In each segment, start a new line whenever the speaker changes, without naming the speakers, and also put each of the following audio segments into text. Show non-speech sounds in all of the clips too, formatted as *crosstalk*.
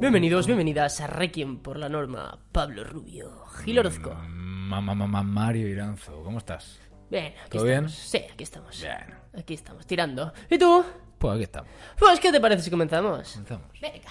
Bienvenidos, bienvenidas a Requiem por la Norma, Pablo Rubio, Gil Orozco.
Mamá, mamá, Mario Iranzo, ¿cómo estás?
Bien, aquí
Mm. ¿Todo
estamos.
bien?
Sí, aquí estamos.
Bien.
Aquí estamos, tirando. ¿Y tú?
Pues aquí estamos.
Pues, ¿qué te parece si comenzamos?
Comenzamos.
Venga.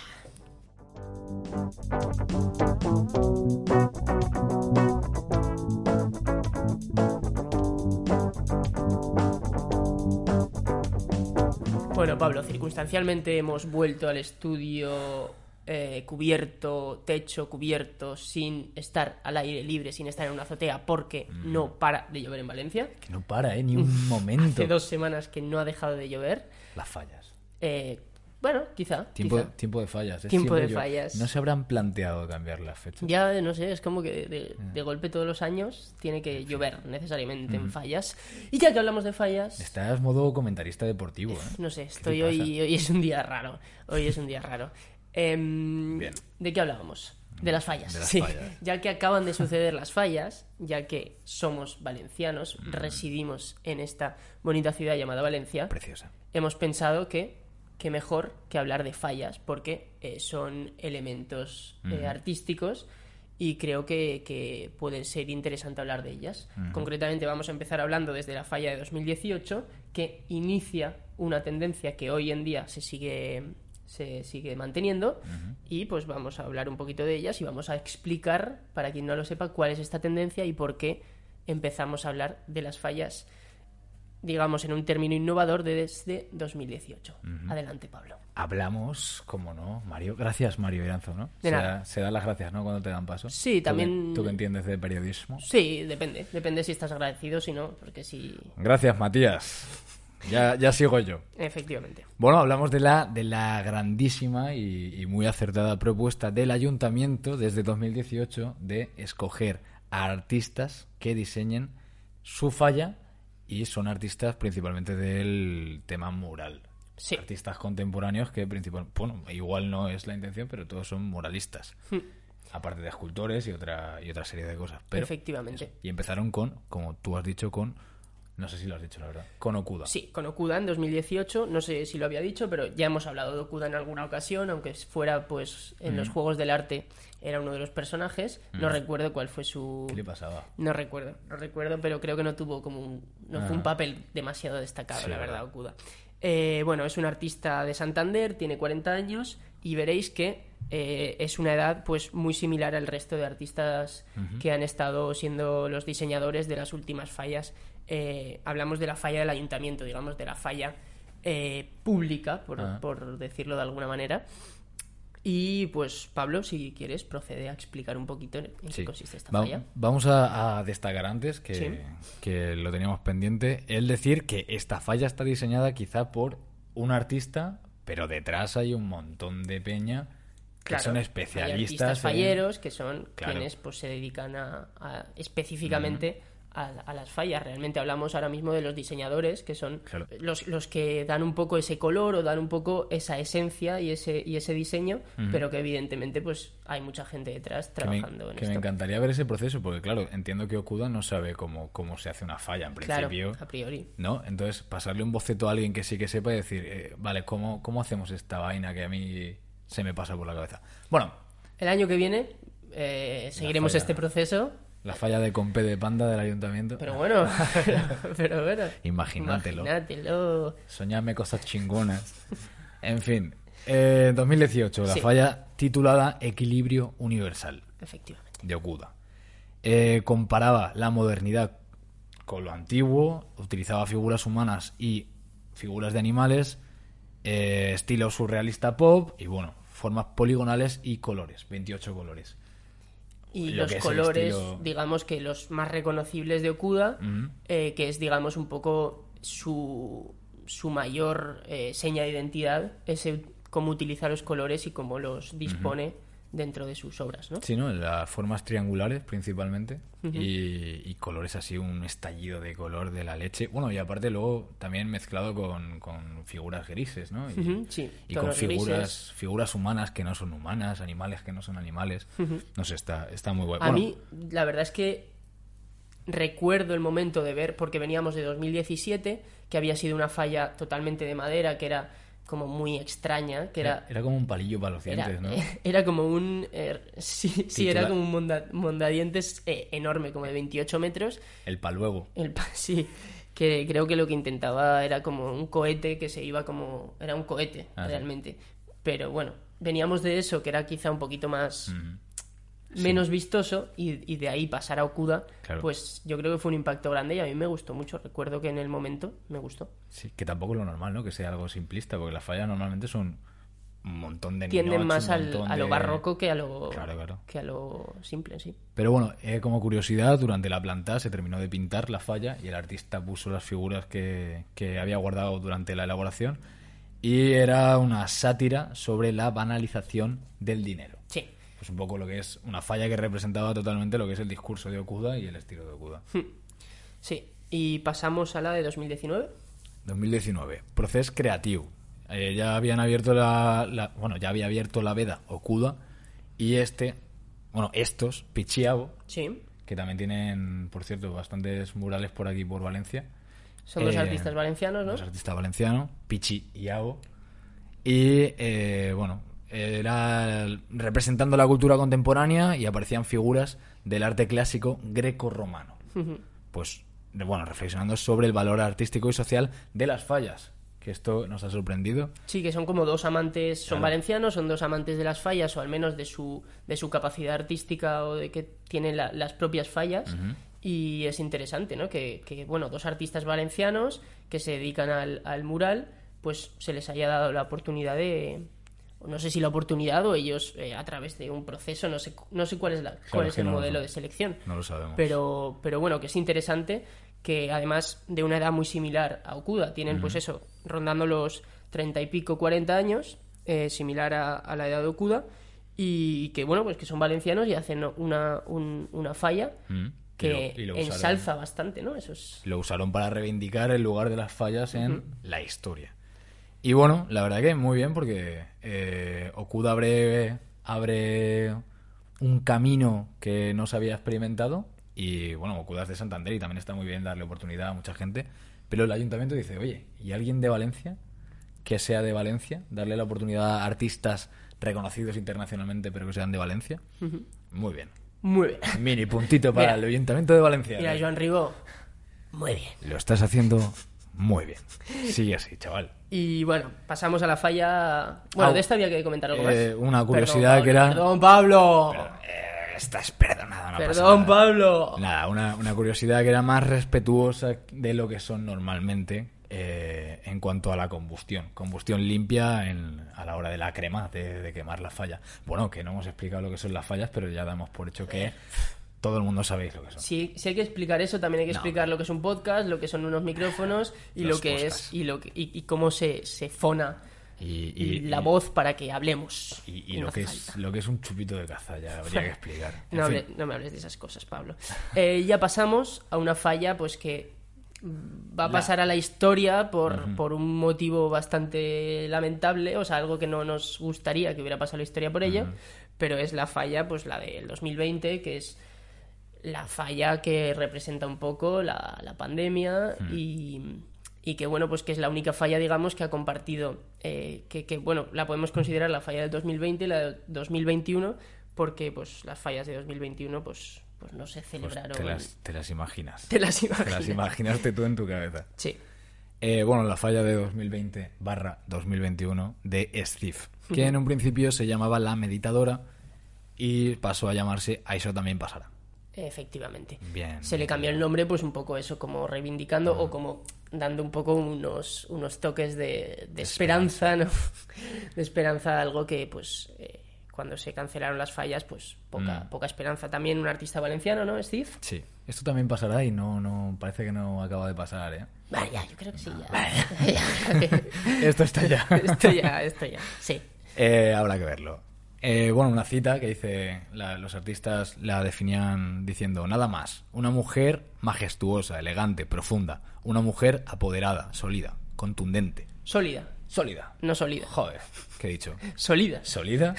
Bueno, Pablo, circunstancialmente hemos vuelto al estudio eh, cubierto, techo cubierto, sin estar al aire libre, sin estar en una azotea, porque no para de llover en Valencia.
Que no para, ¿eh? Ni
*laughs*
un momento.
Hace dos semanas que no ha dejado de llover.
Las fallas.
Eh, bueno, quizá.
Tiempo,
quizá.
tiempo de fallas. ¿eh?
Tiempo
Siempre
de fallas.
No se habrán planteado cambiar la fecha.
Ya, no sé, es como que de, de golpe todos los años tiene que llover necesariamente en fallas. Y ya que hablamos de fallas,
Estás modo comentarista deportivo, ¿eh?
no sé, estoy
te pasa?
hoy, hoy es un día raro. Hoy es un día raro. Em,
Bien.
¿De qué hablábamos? De las fallas.
De las
sí.
fallas.
*laughs* Ya que acaban de suceder las fallas, ya que somos valencianos, residimos en esta bonita ciudad llamada Valencia.
Preciosa.
hemos pensado que, que mejor que hablar de fallas, porque eh, son elementos eh, artísticos y creo que, que puede ser interesante hablar de ellas. Concretamente vamos a empezar hablando desde la falla de 2018, que inicia una tendencia que hoy en día se sigue se sigue manteniendo y pues vamos a hablar un poquito de ellas y vamos a explicar para quien no lo sepa cuál es esta tendencia y por qué empezamos a hablar de las fallas digamos, en un término innovador de- desde 2018. Adelante, Pablo.
Hablamos, como no, Mario. Gracias, Mario Iranzo, ¿no?
De
se,
nada.
da- se dan las gracias, ¿no? Cuando te dan paso.
Sí,
Tú que-
también-
Tú que entiendes de periodismo.
Sí, depende. Depende si estás agradecido o si no, porque si...
Gracias, Matías. Ya, ya sigo yo.
Efectivamente.
Bueno, hablamos de la, de la grandísima y, y muy acertada propuesta del ayuntamiento desde 2018 de escoger a artistas que diseñen su falla y son artistas principalmente del tema mural.
Sí.
Artistas contemporáneos que principal, bueno, igual no es la intención, pero todos son muralistas.
Hmm.
Aparte de escultores y otra y otra serie de cosas. Pero
Efectivamente.
eso. Y empezaron con, como tú has dicho, con no sé si lo has dicho la verdad, con Okuda.
Sí, con Okuda en 2018, no sé si lo había dicho, pero ya hemos hablado de Okuda en alguna ocasión, aunque fuera pues en los Juegos del Arte era uno de los personajes, no recuerdo cuál fue su...
¿Qué le pasaba?
No recuerdo, no recuerdo, pero creo que no tuvo como un, no fue un papel demasiado destacado,
Ah. Sí,
la
verdad.
verdad, Okuda. Eh, bueno, es un artista de Santander, tiene 40 años y veréis que eh, es una edad pues muy similar al resto de artistas que han estado siendo los diseñadores de las últimas fallas. Eh, hablamos de la falla del ayuntamiento, digamos, de la falla eh, pública, por,
Ah.
por decirlo de alguna manera. Y pues Pablo, si quieres, procede a explicar un poquito en en
Sí.
qué consiste esta
Va-
falla.
Vamos a, a destacar antes que,
Sí.
que lo teníamos pendiente, el decir que esta falla está diseñada quizá por un artista, pero detrás hay un montón de peña que
Claro,
son
hay
especialistas.
artistas
en-
falleros que son
Claro.
quienes pues, se dedican a, a- específicamente a, a las fallas. Realmente hablamos ahora mismo de los diseñadores, que son
Claro.
los, los que dan un poco ese color o dan un poco esa esencia y ese, y ese diseño, pero que evidentemente pues hay mucha gente detrás
que me,
trabajando en
que me
esto.
encantaría ver ese proceso, porque claro, entiendo que Okuda no sabe cómo, cómo se hace una falla en
Claro,
principio.
a priori.
¿No? Entonces, pasarle un boceto a alguien que sí que sepa y decir, eh, vale, ¿cómo, ¿cómo hacemos esta vaina que a mí se me pasa por la cabeza? Bueno,
El año que viene eh, seguiremos
falla.
este proceso,
la falla de Compé de Panda del ayuntamiento.
pero
*laughs*
bueno, *laughs* pero bueno.
Imagínatelo.
Imagínatelo.
Soñarme cosas chingonas. En fin, eh, 2018, la
Sí.
falla titulada Equilibrio Universal.
efectivamente.
de Okuda. Eh, comparaba la modernidad con lo antiguo, utilizaba figuras humanas y figuras de animales, eh, estilo surrealista pop y bueno, formas poligonales y colores, 28 colores.
Y
Lo
los
que es el
colores,
estilo-
digamos que los más reconocibles de Okuda,
Ujú.
eh, que es, digamos, un poco su, su mayor eh, seña de identidad, es el- cómo utiliza los colores y cómo los dispone dentro de sus obras, ¿no?
Sí, ¿no? Las formas triangulares principalmente y, y colores así, un estallido de color de la leche. Bueno, y aparte luego también mezclado con, con figuras grises, ¿no? Y,
Ujú, sí,
y con
tonos grises.
figuras, figuras humanas que no son humanas, animales que no son animales. No sé, está, está muy bueno.
A
Bueno,
mí, la verdad es que recuerdo el momento de ver, porque veníamos de 2017, que había sido una falla totalmente de madera, que era como muy extraña, que era...
era, como un palillo para los
Era,
dientes, ¿no?
*laughs* era como un... eh, *laughs* sí, sí,
Titula-
era como un monda- mondadientes eh, enorme, como de 28 metros.
El paluego.
El, pa- *laughs* sí, que creo que lo que intentaba era como un cohete que se iba como... Era un cohete,
Ah, sí.
realmente. Pero bueno, veníamos de eso, que era quizá un poquito más
Ujú.
menos vistoso y, y de ahí pasar a Okuda,
Claro.
pues yo creo que fue un impacto grande y a mí me gustó mucho. Recuerdo que en el momento me gustó.
Sí, que tampoco es lo normal, ¿no? Que sea algo simplista, porque las fallas normalmente son un montón de
Tienden
ninots,
más
un
al,
montón
a lo
de-
barroco que a lo,
Claro, claro.
que a lo simple, sí.
Pero bueno, eh, como curiosidad, durante la planta se terminó de pintar la falla y el artista puso las figuras que, que había guardado durante la elaboración y era una sátira sobre la banalización del dinero.
Sí.
Pues un poco lo que es una falla que representaba totalmente lo que es el discurso de Okuda y el estilo de Okuda.
Sí. Y pasamos a la de 2019.
2019, Proces Creativo. Eh, ya habían abierto la, la- Bueno, ya había abierto la veda Okuda y este... Bueno, estos, Pichiabo,
Sí.
que también tienen, por cierto, bastantes murales por aquí, por Valencia.
Son dos
Eh,
artistas valencianos, ¿no?
Dos artistas valencianos, Pichi y Ao. Y, eh, bueno, era el- representando la cultura contemporánea y aparecían figuras del arte clásico greco-romano. Pues, de- bueno, reflexionando sobre el valor artístico y social de las fallas, que esto nos ha sorprendido.
Sí, que son como dos amantes, son valencianos, son dos amantes de las fallas, o al menos de su, de su capacidad artística o de que tienen la- las propias fallas. Y es interesante, ¿no? Que, que, bueno, dos artistas valencianos que se dedican al, al mural, pues se les haya dado la oportunidad de... o No sé si la oportunidad o ellos eh, a través de un proceso, no sé, cu- no sé cuál es, la, cuál
es
es
que
el
no lo
modelo
sé.
de selección.
No lo sabemos.
Pero, pero bueno, que es interesante que además de una edad muy similar a Okuda, tienen pues eso, rondando los treinta y pico, 40 años, eh, similar a, a la edad de Okuda, y que bueno, pues que son valencianos y hacen una, un- una falla
Mm. Y
que
lo- y lo usaron.
ensalza bastante, ¿no? Eso es...
Lo usaron para reivindicar el lugar de las fallas en la historia. Y bueno, la verdad que muy bien porque eh, Okuda abre, abre un camino que no se había experimentado. Y bueno, Okuda es de Santander y también está muy bien darle oportunidad a mucha gente. Pero el ayuntamiento dice, oye, ¿y alguien de Valencia? Que sea de Valencia, darle la oportunidad a artistas reconocidos internacionalmente pero que sean de Valencia. Muy bien.
Muy bien.
Mini puntito para
Mira.
el ayuntamiento de Valencia. ¿eh?
Mira, Joan Ribó, muy bien.
Lo estás haciendo muy bien. Sigue así, chaval.
Y bueno, pasamos a la falla... Bueno,
Ah,
de esta había que comentar algo
eh,
más.
una
Perdón,
curiosidad
Pablo,
que era-
Perdón, Pablo.
Eh, estás perdonado, no pasa
Perdón,
nada.
Pablo.
Nada, una, una curiosidad que era más respetuosa de lo que son normalmente eh, en cuanto a la combustión. Combustión limpia en- a la hora de la crema, de, de quemar las fallas. Bueno, que no hemos explicado lo que son las fallas, pero ya damos por hecho que todo el mundo sabéis lo que son.
Si, si hay que explicar eso, también hay que
No.
explicar lo que es un podcast, lo que son unos micrófonos y
Los
lo que
podcasts.
es y lo que- y, y cómo se, se fona
Y, y-
la
y-
voz para que hablemos.
y- y
No
lo, que
hace
es, lo que es un chupito de caza, ya habría que
*laughs*
explicar. En
no,
fin.
hable- no me hables de esas cosas, Pablo. Eh, ya pasamos a una falla, pues que va a pasar a la historia por, por un motivo bastante lamentable, o sea, algo que no nos gustaría que hubiera pasado la historia por ella, pero es la falla, pues la del 2020, que es la falla que representa un poco la, la pandemia
Mm.
y, y que, bueno, pues que es la única falla, digamos, que ha compartido, eh, que, que, bueno, la podemos considerar la falla del 2020 y la del 2021, porque, pues, las fallas de 2021, pues, pues no se
Pues
celebraron.
te, las, te las imaginas.
*laughs* Te las
Te las imaginaste tú en tu cabeza.
Sí.
Eh, bueno, la falla de 2020 barra 2021 de Steve, que en un principio se llamaba La Meditadora y pasó a llamarse A eso también pasará.
Efectivamente.
Bien,
Se le
bien,
cambió
bien. Mm.
el nombre, pues un poco eso, como reivindicando o como dando un poco unos, unos toques de, de esperanza, ¿no? *laughs* De esperanza de algo que, pues, eh, cuando se cancelaron las fallas, pues poca,
Mm.
poca esperanza. También un artista valenciano, ¿no, Steve?
Sí, esto también pasará y no, no parece que no acaba de
*laughs*
pasar, ¿eh?
Vale, ya, yo creo que sí, *laughs* ya.
Esto está ya.
*laughs* esto ya, esto ya, sí.
*laughs* Eh, habrá que verlo. Eh, bueno, una cita que dice, la- los artistas la definían diciendo, nada más, una mujer majestuosa, elegante, profunda, una mujer apoderada, sólida, contundente,
Sólida,
sólida.
no sólida.
Joder, ¿qué he dicho?
Sólida,
¿Sólida?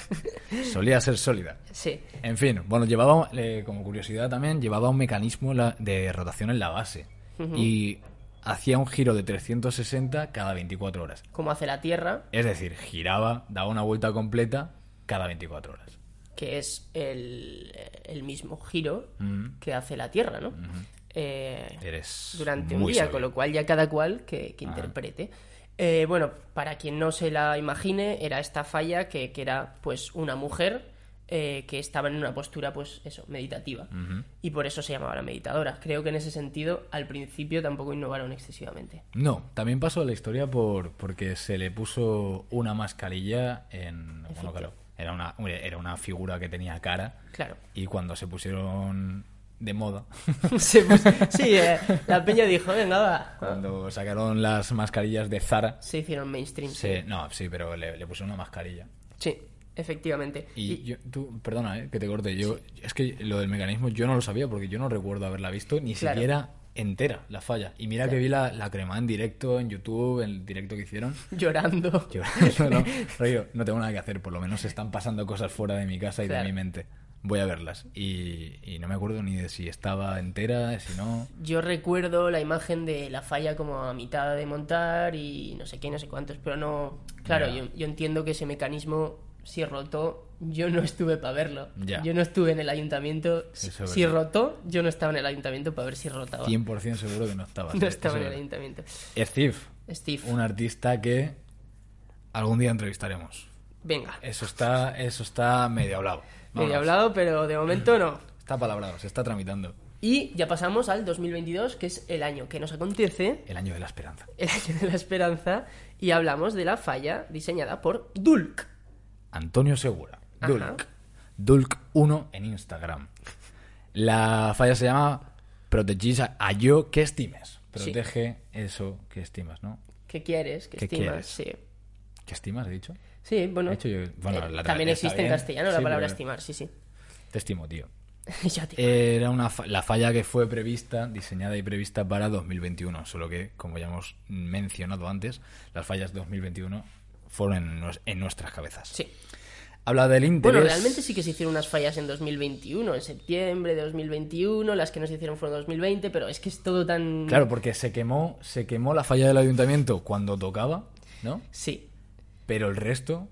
Solía ser sólida.
sí.
En fin, bueno, llevaba, eh, como curiosidad también, llevaba un mecanismo la- de rotación en la base y hacía un giro de 360 cada 24 horas.
Como hace la Tierra,
Es decir, giraba, daba una vuelta completa cada 24 horas.
que es el, el mismo giro que hace la Tierra, ¿no? Eh,
Mm, Eres
durante un
muy
día,
sabio.
con lo cual ya cada cual que, que interprete. Eh, bueno, para quien no se la imagine, era esta falla que, que era pues una mujer eh, que estaba en una postura, pues eso, meditativa. Y por eso se llamaba la meditadora. Creo que en ese sentido, al principio tampoco innovaron excesivamente.
No, también pasó la historia por porque se le puso una mascarilla en... Bueno,
Efectivo.
claro, era una, era una figura que tenía cara
Claro. *laughs*
y cuando se pusieron de moda,
Se pus- sí, eh, la peña dijo, venga, va.
cuando sacaron las mascarillas de Zara,
Se hicieron mainstream.
se- no, sí, pero le, le pusieron una mascarilla.
Sí, efectivamente.
Y,
Y-
yo, tú, perdona, eh, que te corte, yo es que lo del mecanismo yo no lo sabía porque yo no recuerdo haberla visto ni
Claro.
siquiera entera la falla. Y mira que vi la, la crema en directo, en YouTube, en el directo que hicieron.
llorando.
Yo *laughs* no, no, rollo, no tengo nada que hacer, por lo menos están pasando cosas fuera de mi casa y
Claro.
de mi mente. Voy a verlas. Y, y no me acuerdo ni de si estaba entera, si no.
Yo recuerdo la imagen de la falla como a mitad de montar y no sé qué, no sé cuántos, pero no... Claro,
Ya.
yo, yo entiendo que ese mecanismo, si rotó, yo no estuve para verlo.
Ya.
Yo no estuve en el ayuntamiento. Si-
Eso es
si
verdad.
rotó, yo no estaba en el ayuntamiento para ver si rotaba.
100% seguro que no estaba.
*laughs* No estaba en el
Eso-
ayuntamiento.
Steve,
Steve,
un artista que algún día entrevistaremos.
venga.
Eso está, eso está medio hablado.
Medio
Eh, Vámonos.
hablado, pero de momento no.
Está palabrado, se está tramitando.
Y ya pasamos al 2022, que es el año que nos acontece.
El año de la esperanza.
el año de la esperanza y hablamos de la falla diseñada por Dulk.
Antonio Segura,
Ajá.
Dulk. Dulk1 en Instagram. La falla se llama Protegís a, a yo que estimes.
Sí.
Protege eso que estimas, ¿no?
¿Qué quieres? ¿Qué
¿Qué
estimas?
quieres?
Sí.
¿Que estimas, he dicho?
Sí, bueno. eh,
De hecho, yo- bueno, la tra-
también
está
existe en
bien.
castellano la
Sí,
palabra
pero- Eh,
estimar, sí, *laughs* sí.
Te estimo, tío.
ya te-
Era una fa- la falla que fue prevista, diseñada y prevista para 2021, solo que, como ya hemos mencionado antes, las fallas 2021 fueron en, nues- en nuestras cabezas.
Sí.
Habla del interés...
Bueno, realmente sí que se hicieron unas fallas en 2021, en septiembre de 2021, las que no se hicieron fueron en 2020, pero es que es todo tan...
Claro, porque se quemó, se quemó la falla del ayuntamiento cuando tocaba, ¿no?
Sí.
Pero el resto.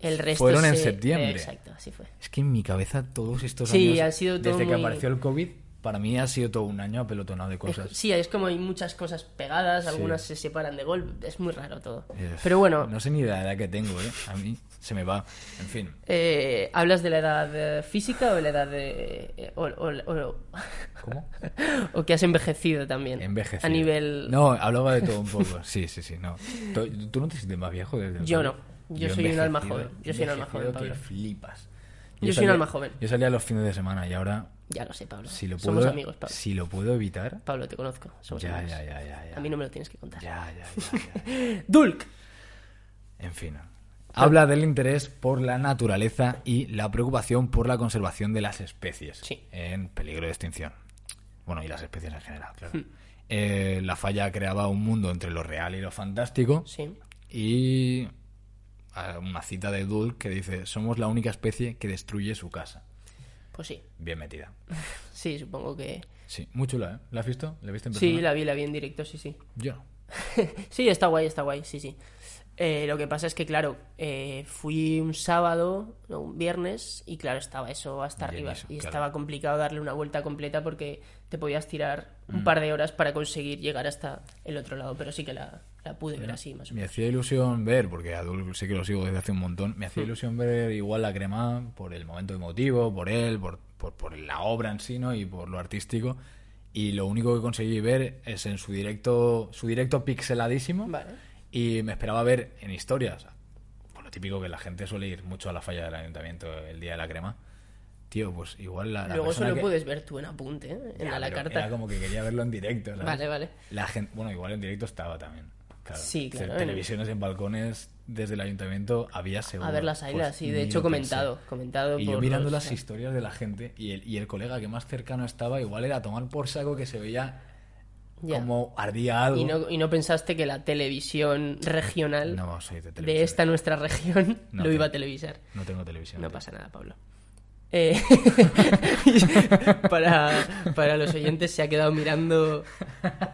El resto
Fueron en
se-
septiembre.
Exacto, así fue.
Es que en mi cabeza todos estos
Sí,
años.
ha sido todo
desde que
muy-
apareció el COVID, para mí ha sido todo un año apelotonado de cosas.
Es- sí, es como hay muchas cosas pegadas, algunas se separan de golpe, es muy raro todo.
Eh,
Pero bueno,
No sé ni la edad que tengo, ¿eh? A mí se me va. En fin.
Eh, ¿Hablas de la edad eh, física o de la edad de... eh, o, o- o-
¿Cómo?
*laughs* o que has envejecido también?
Envejecido.
A nivel...
No, hablaba de todo un poco. Sí, sí, sí. No. ¿Tú, tú no te sientes más viejo desde el
Yo
COVID?
no. Yo soy un alma
envejecido,
joven. Yo soy un alma joven,
envejecido
Pablo.
que flipas.
Yo soy un alma joven.
Yo salía los fines de semana y ahora,
Ya lo sé, Pablo.
si lo puedo,
Somos amigos, Pablo.
si lo puedo evitar,
Pablo, te conozco. Somos
ya,
amigos.
ya, ya, ya, ya.
A mí no me lo tienes que contar.
Ya, ya, ya, ya.
Dulk.
En fin. Habla del interés por la naturaleza y la preocupación por la conservación de las especies
Sí.
en peligro de extinción. Bueno, y las especies en general, claro.
Hmm.
Eh, la falla creaba un mundo entre lo real y lo fantástico
Sí.
y ah, una cita de Dulk que dice, somos la única especie que destruye su casa.
Pues sí.
Bien metida.
Sí, supongo que...
Sí, muy chula, ¿eh? ¿La has visto? ¿La viste en persona?
Sí, *laughs* la vi, la vi en directo, sí, sí.
Yo no.
sí, está guay, está guay, sí, sí. Eh, lo que pasa es que, claro, eh, fui un sábado, no, un viernes, y claro, estaba eso hasta
Bien,
arriba.
eso,
y
claro.
estaba complicado darle una vuelta completa porque te podías tirar
Mm.
un par de horas para conseguir llegar hasta el otro lado, pero sí que la, la pude ver así, más o
Me
menos.
hacía ilusión ver, porque a Dul sí que lo sigo desde hace un montón, me
Hmm.
hacía ilusión ver igual la crema por el momento emotivo, por él, por, por, por la obra en sí, ¿no? Y por lo artístico. Y lo único que conseguí ver es en su directo, su directo pixeladísimo.
Vale.
Y me esperaba ver en historias. Por lo típico que la gente suele ir mucho a la falla del ayuntamiento el día de la crema. Tío, pues igual la. la
Luego
persona
solo
que-
puedes ver tú en apunte, ¿eh? en
Ya,
la,
pero
carta.
Era como que quería verlo en directo. ¿sabes?
Vale, vale.
La gente, bueno, igual en directo estaba también. Claro.
Sí,
O sea,
claro, en-
televisiones en balcones desde el ayuntamiento había seguro.
A ver las
Pues
islas, sí, de
ni
hecho
lo pensé.
comentado, comentado
Y yo
por
mirando
los-
las historias de la gente y el, y el colega que más cercano estaba, igual era tomar por saco que se veía
Ya.
como ardía algo.
Y no, y no pensaste que la televisión regional
No, soy de televisión.
de esta nuestra región
No,
lo iba
tío.
a televisar.
No tengo televisión.
No
tío.
pasa nada, Pablo. Eh, *laughs* para, para los oyentes se ha quedado mirando.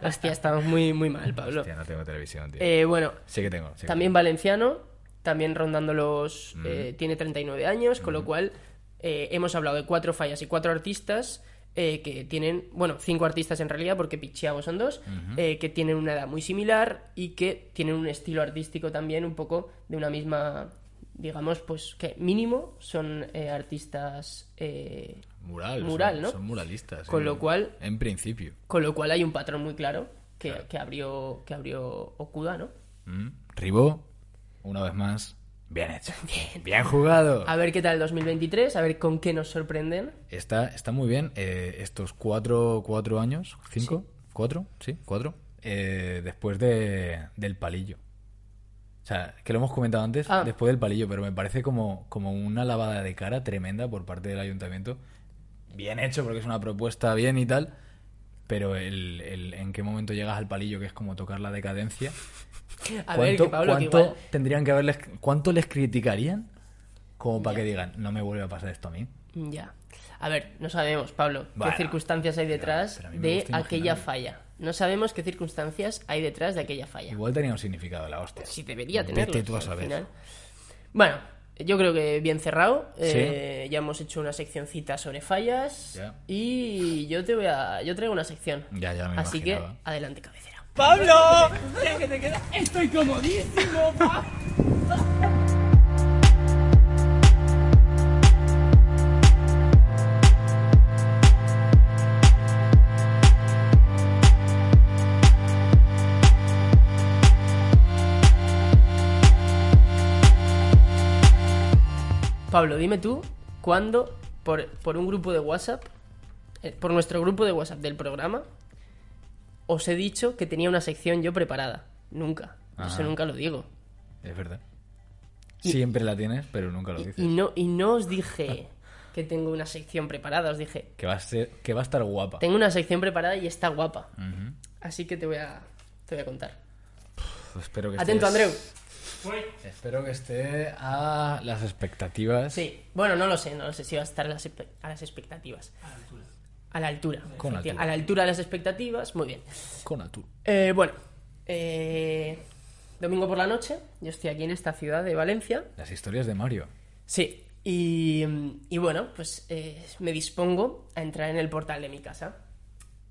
Hostia, estamos muy, muy mal, Pablo.
Hostia, no tengo televisión, tío.
Eh, bueno,
sí que tengo. sí que
también valenciano, también rondando los... eh, tiene 39 años, con lo cual eh, hemos hablado de cuatro fallas y cuatro artistas eh, que tienen, bueno, cinco artistas en realidad, porque Pichiago son dos, eh, que tienen una edad muy similar y que tienen un estilo artístico también un poco de una misma, digamos, pues que mínimo son eh, artistas... eh,
tengo. Mural.
mural,
son,
¿no?
Son muralistas.
Con
eh,
lo cual-
En principio.
con lo cual hay un patrón muy claro que, que abrió que abrió Okuda, ¿no?
Mm. Ribó, una vez más,
*laughs*
bien hecho. Bien, jugado.
A ver qué tal el 2023, a ver con qué nos sorprenden.
Está, está muy bien eh, estos cuatro, cuatro años, cinco, cuatro, sí, cuatro, eh, después de, del palillo. O sea, que lo hemos comentado antes,
Ah.
después del palillo, pero me parece como, como una lavada de cara tremenda por parte del ayuntamiento. Bien hecho, porque es una propuesta bien y tal, pero el, el- en qué momento llegas al palillo, que es como tocar la decadencia.
A ver,
¿Cuánto,
que Pablo, que
cuánto
igual-
tendrían que haberles, cuánto les criticarían como para que digan, no me vuelve a pasar esto a mí?
Ya. A ver, no sabemos, Pablo,
Bueno,
qué circunstancias hay detrás
pero a mí me
de
gusta
aquella
imaginarlo.
falla. No sabemos qué circunstancias hay detrás de aquella falla.
Igual tenía un significado la hostia.
Sí, debería
Vete
tenerlo.
tú a saber.
Bueno, yo creo que bien cerrado. Eh, ya hemos hecho una seccioncita sobre fallas.
Ya.
Y yo te voy a. Yo traigo una sección.
Ya, ya me
Así
imaginaba.
que, adelante, cabecera. ¡Pablo! Mira que te queda. Estoy comodísimo, Pablo. Pablo, dime tú, ¿cuándo por, por un grupo de WhatsApp, eh, por nuestro grupo de WhatsApp del programa, os he dicho que tenía una sección yo preparada? Nunca. Eso
Ajá.
nunca lo digo.
Es verdad. Siempre la tienes, pero nunca lo dices.
Y no, y no os dije *laughs* que tengo una sección preparada, os dije,
Que, va a ser, que va a estar guapa.
tengo una sección preparada y está guapa.
Ujú.
Así que te voy a, te voy a contar.
Pues espero que
Atento,
estés-
Andreu.
Espero que esté a las expectativas.
Sí, bueno, no lo sé, no lo sé si va a estar a las, espe- a las expectativas. A la altura.
Con
efectiva-
altura.
A la altura de las expectativas, muy bien.
Con Atu.
Eh, bueno, eh, domingo por la noche, yo estoy aquí en esta ciudad de Valencia.
Las historias de Mario.
Sí, y, mm, y bueno, pues eh, me dispongo a entrar en el portal de mi casa.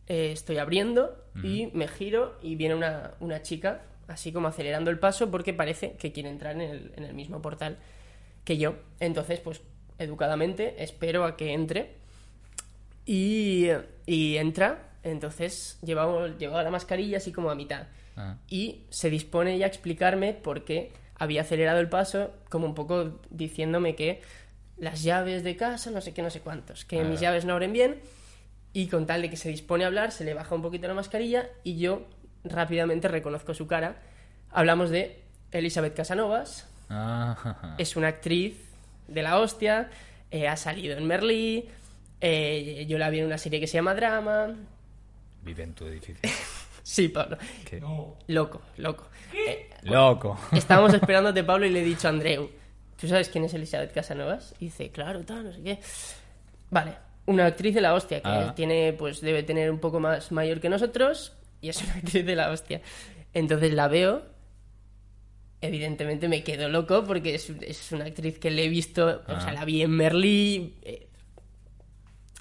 Eh, estoy abriendo y me giro y viene una, una chica, así como acelerando el paso, porque parece que quiere entrar en el, en el mismo portal que yo. Entonces, pues educadamente espero a que entre y, y entra. Entonces llevaba, llevaba la mascarilla así como a mitad
Ah.
y se dispone ella a explicarme por qué había acelerado el paso, como un poco diciéndome que las llaves de casa, no sé qué, no sé cuántos, que mis llaves no abren bien, y con tal de que se dispone a hablar, se le baja un poquito la mascarilla y yo rápidamente reconozco su cara. Hablamos de Elizabeth Casanovas,
Ah, jaja.
es una actriz de la hostia, eh, ha salido en Merlí, eh, yo la vi en una serie que se llama Drama.
Vive en tu
*laughs*
edificio.
Sí, Pablo.
Qué
Loco, loco. Eh,
Loco. *laughs*
Estábamos esperándote, Pablo, y le he dicho a Andreu, ¿tú sabes quién es Elizabeth Casanovas? Y dice, claro, tal, no sé qué. Vale, una actriz de la hostia, que
Ah.
tiene, pues debe tener un poco más mayor que nosotros, y es una actriz de la hostia. Entonces la veo, evidentemente me quedo loco porque es, es una actriz que le he visto, o sea, la vi en Merlí, eh,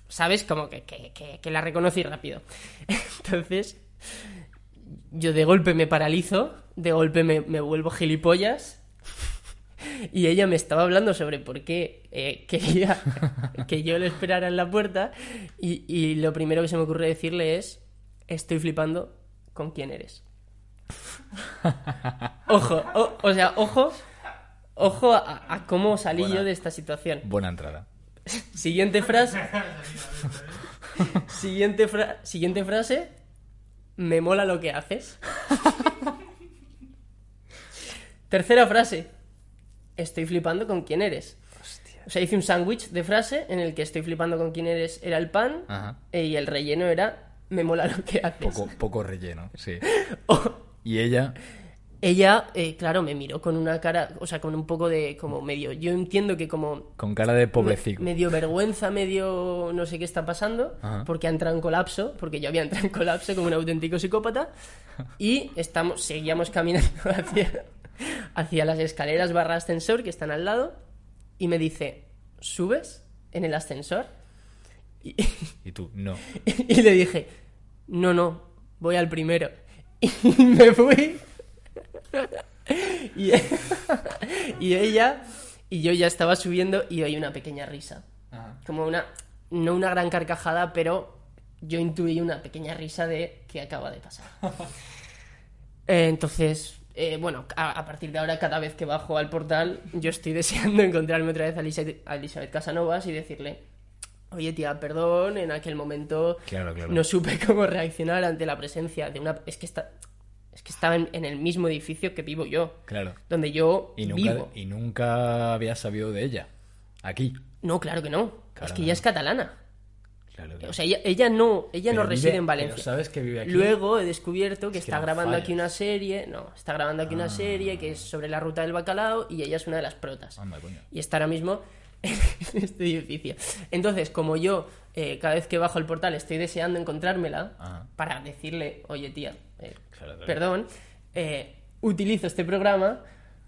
¿sabes? Como que, que- que- que la reconocí rápido. *laughs* Entonces yo de golpe me paralizo, de golpe me, me vuelvo gilipollas. Y ella me estaba hablando sobre por qué eh, *laughs* quería que yo le esperara en la puerta. Y, y lo primero que se me ocurre decirle es: Estoy flipando con quién eres. Ojo, o, o sea, ojo, ojo a, a cómo salí
Buena.
yo de esta situación.
Buena entrada.
Siguiente frase. siguiente, fra- siguiente frase. Me mola lo que haces. Tercera frase. Estoy flipando con quién eres. O sea, hice un sándwich de frase en el que estoy flipando con quién eres era el pan
Ajá.
e- y el relleno era me mola lo que haces. *laughs*
Poco, poco relleno, sí. Y ella,
Ella, eh, claro, me miró con una cara, o sea, con un poco de como medio. Yo entiendo que como
con cara de pobrecito.
Me, dio vergüenza, medio no sé qué está pasando,
Ajá.
porque ha entrado en colapso, porque yo había entrado en colapso como un auténtico psicópata, y estamos, seguíamos caminando *laughs* hacia, hacia las escaleras barra ascensor que están al lado, y me dice, ¿subes en el ascensor? *laughs* Y,
Y tú, no.
y le dije, no, no, voy al primero. *laughs* Y me fui. *laughs* Y, *laughs* y ella y yo ya estaba subiendo y oí una pequeña risa. Como una, no una gran carcajada, pero yo intuí una pequeña risa de que acaba de
*laughs*
pasar. Eh, Entonces, eh, bueno, a, a partir de ahora, cada vez que bajo al portal, yo estoy deseando *laughs* encontrarme otra vez a Elizabeth, a Elizabeth Casanovas y decirle, oye tía, perdón, en aquel momento
Claro, claro.
no supe *laughs* cómo reaccionar ante la presencia de una... Es que, está, es que estaba en, en el mismo edificio que vivo yo,
Claro.
donde yo
Y nunca,
vivo.
y nunca había sabido de ella. Aquí.
No, claro que no.
Claro,
es que
no.
ella es catalana.
Claro,
O sea, ella, ella no, ella no reside en Valencia.
sabes que vive aquí.
Luego he descubierto que
Es que Ah.
está
no
grabando
fallas.
aquí una serie. No, está grabando aquí una serie que es sobre la ruta del bacalao y ella es una de las protas.
Anda, coño.
Y está ahora mismo *laughs* en este edificio. Entonces, como yo eh, cada vez que bajo el portal estoy deseando encontrármela
Ajá.
para decirle, oye tía, eh,
Claro, claro.
perdón, eh, utilizo este programa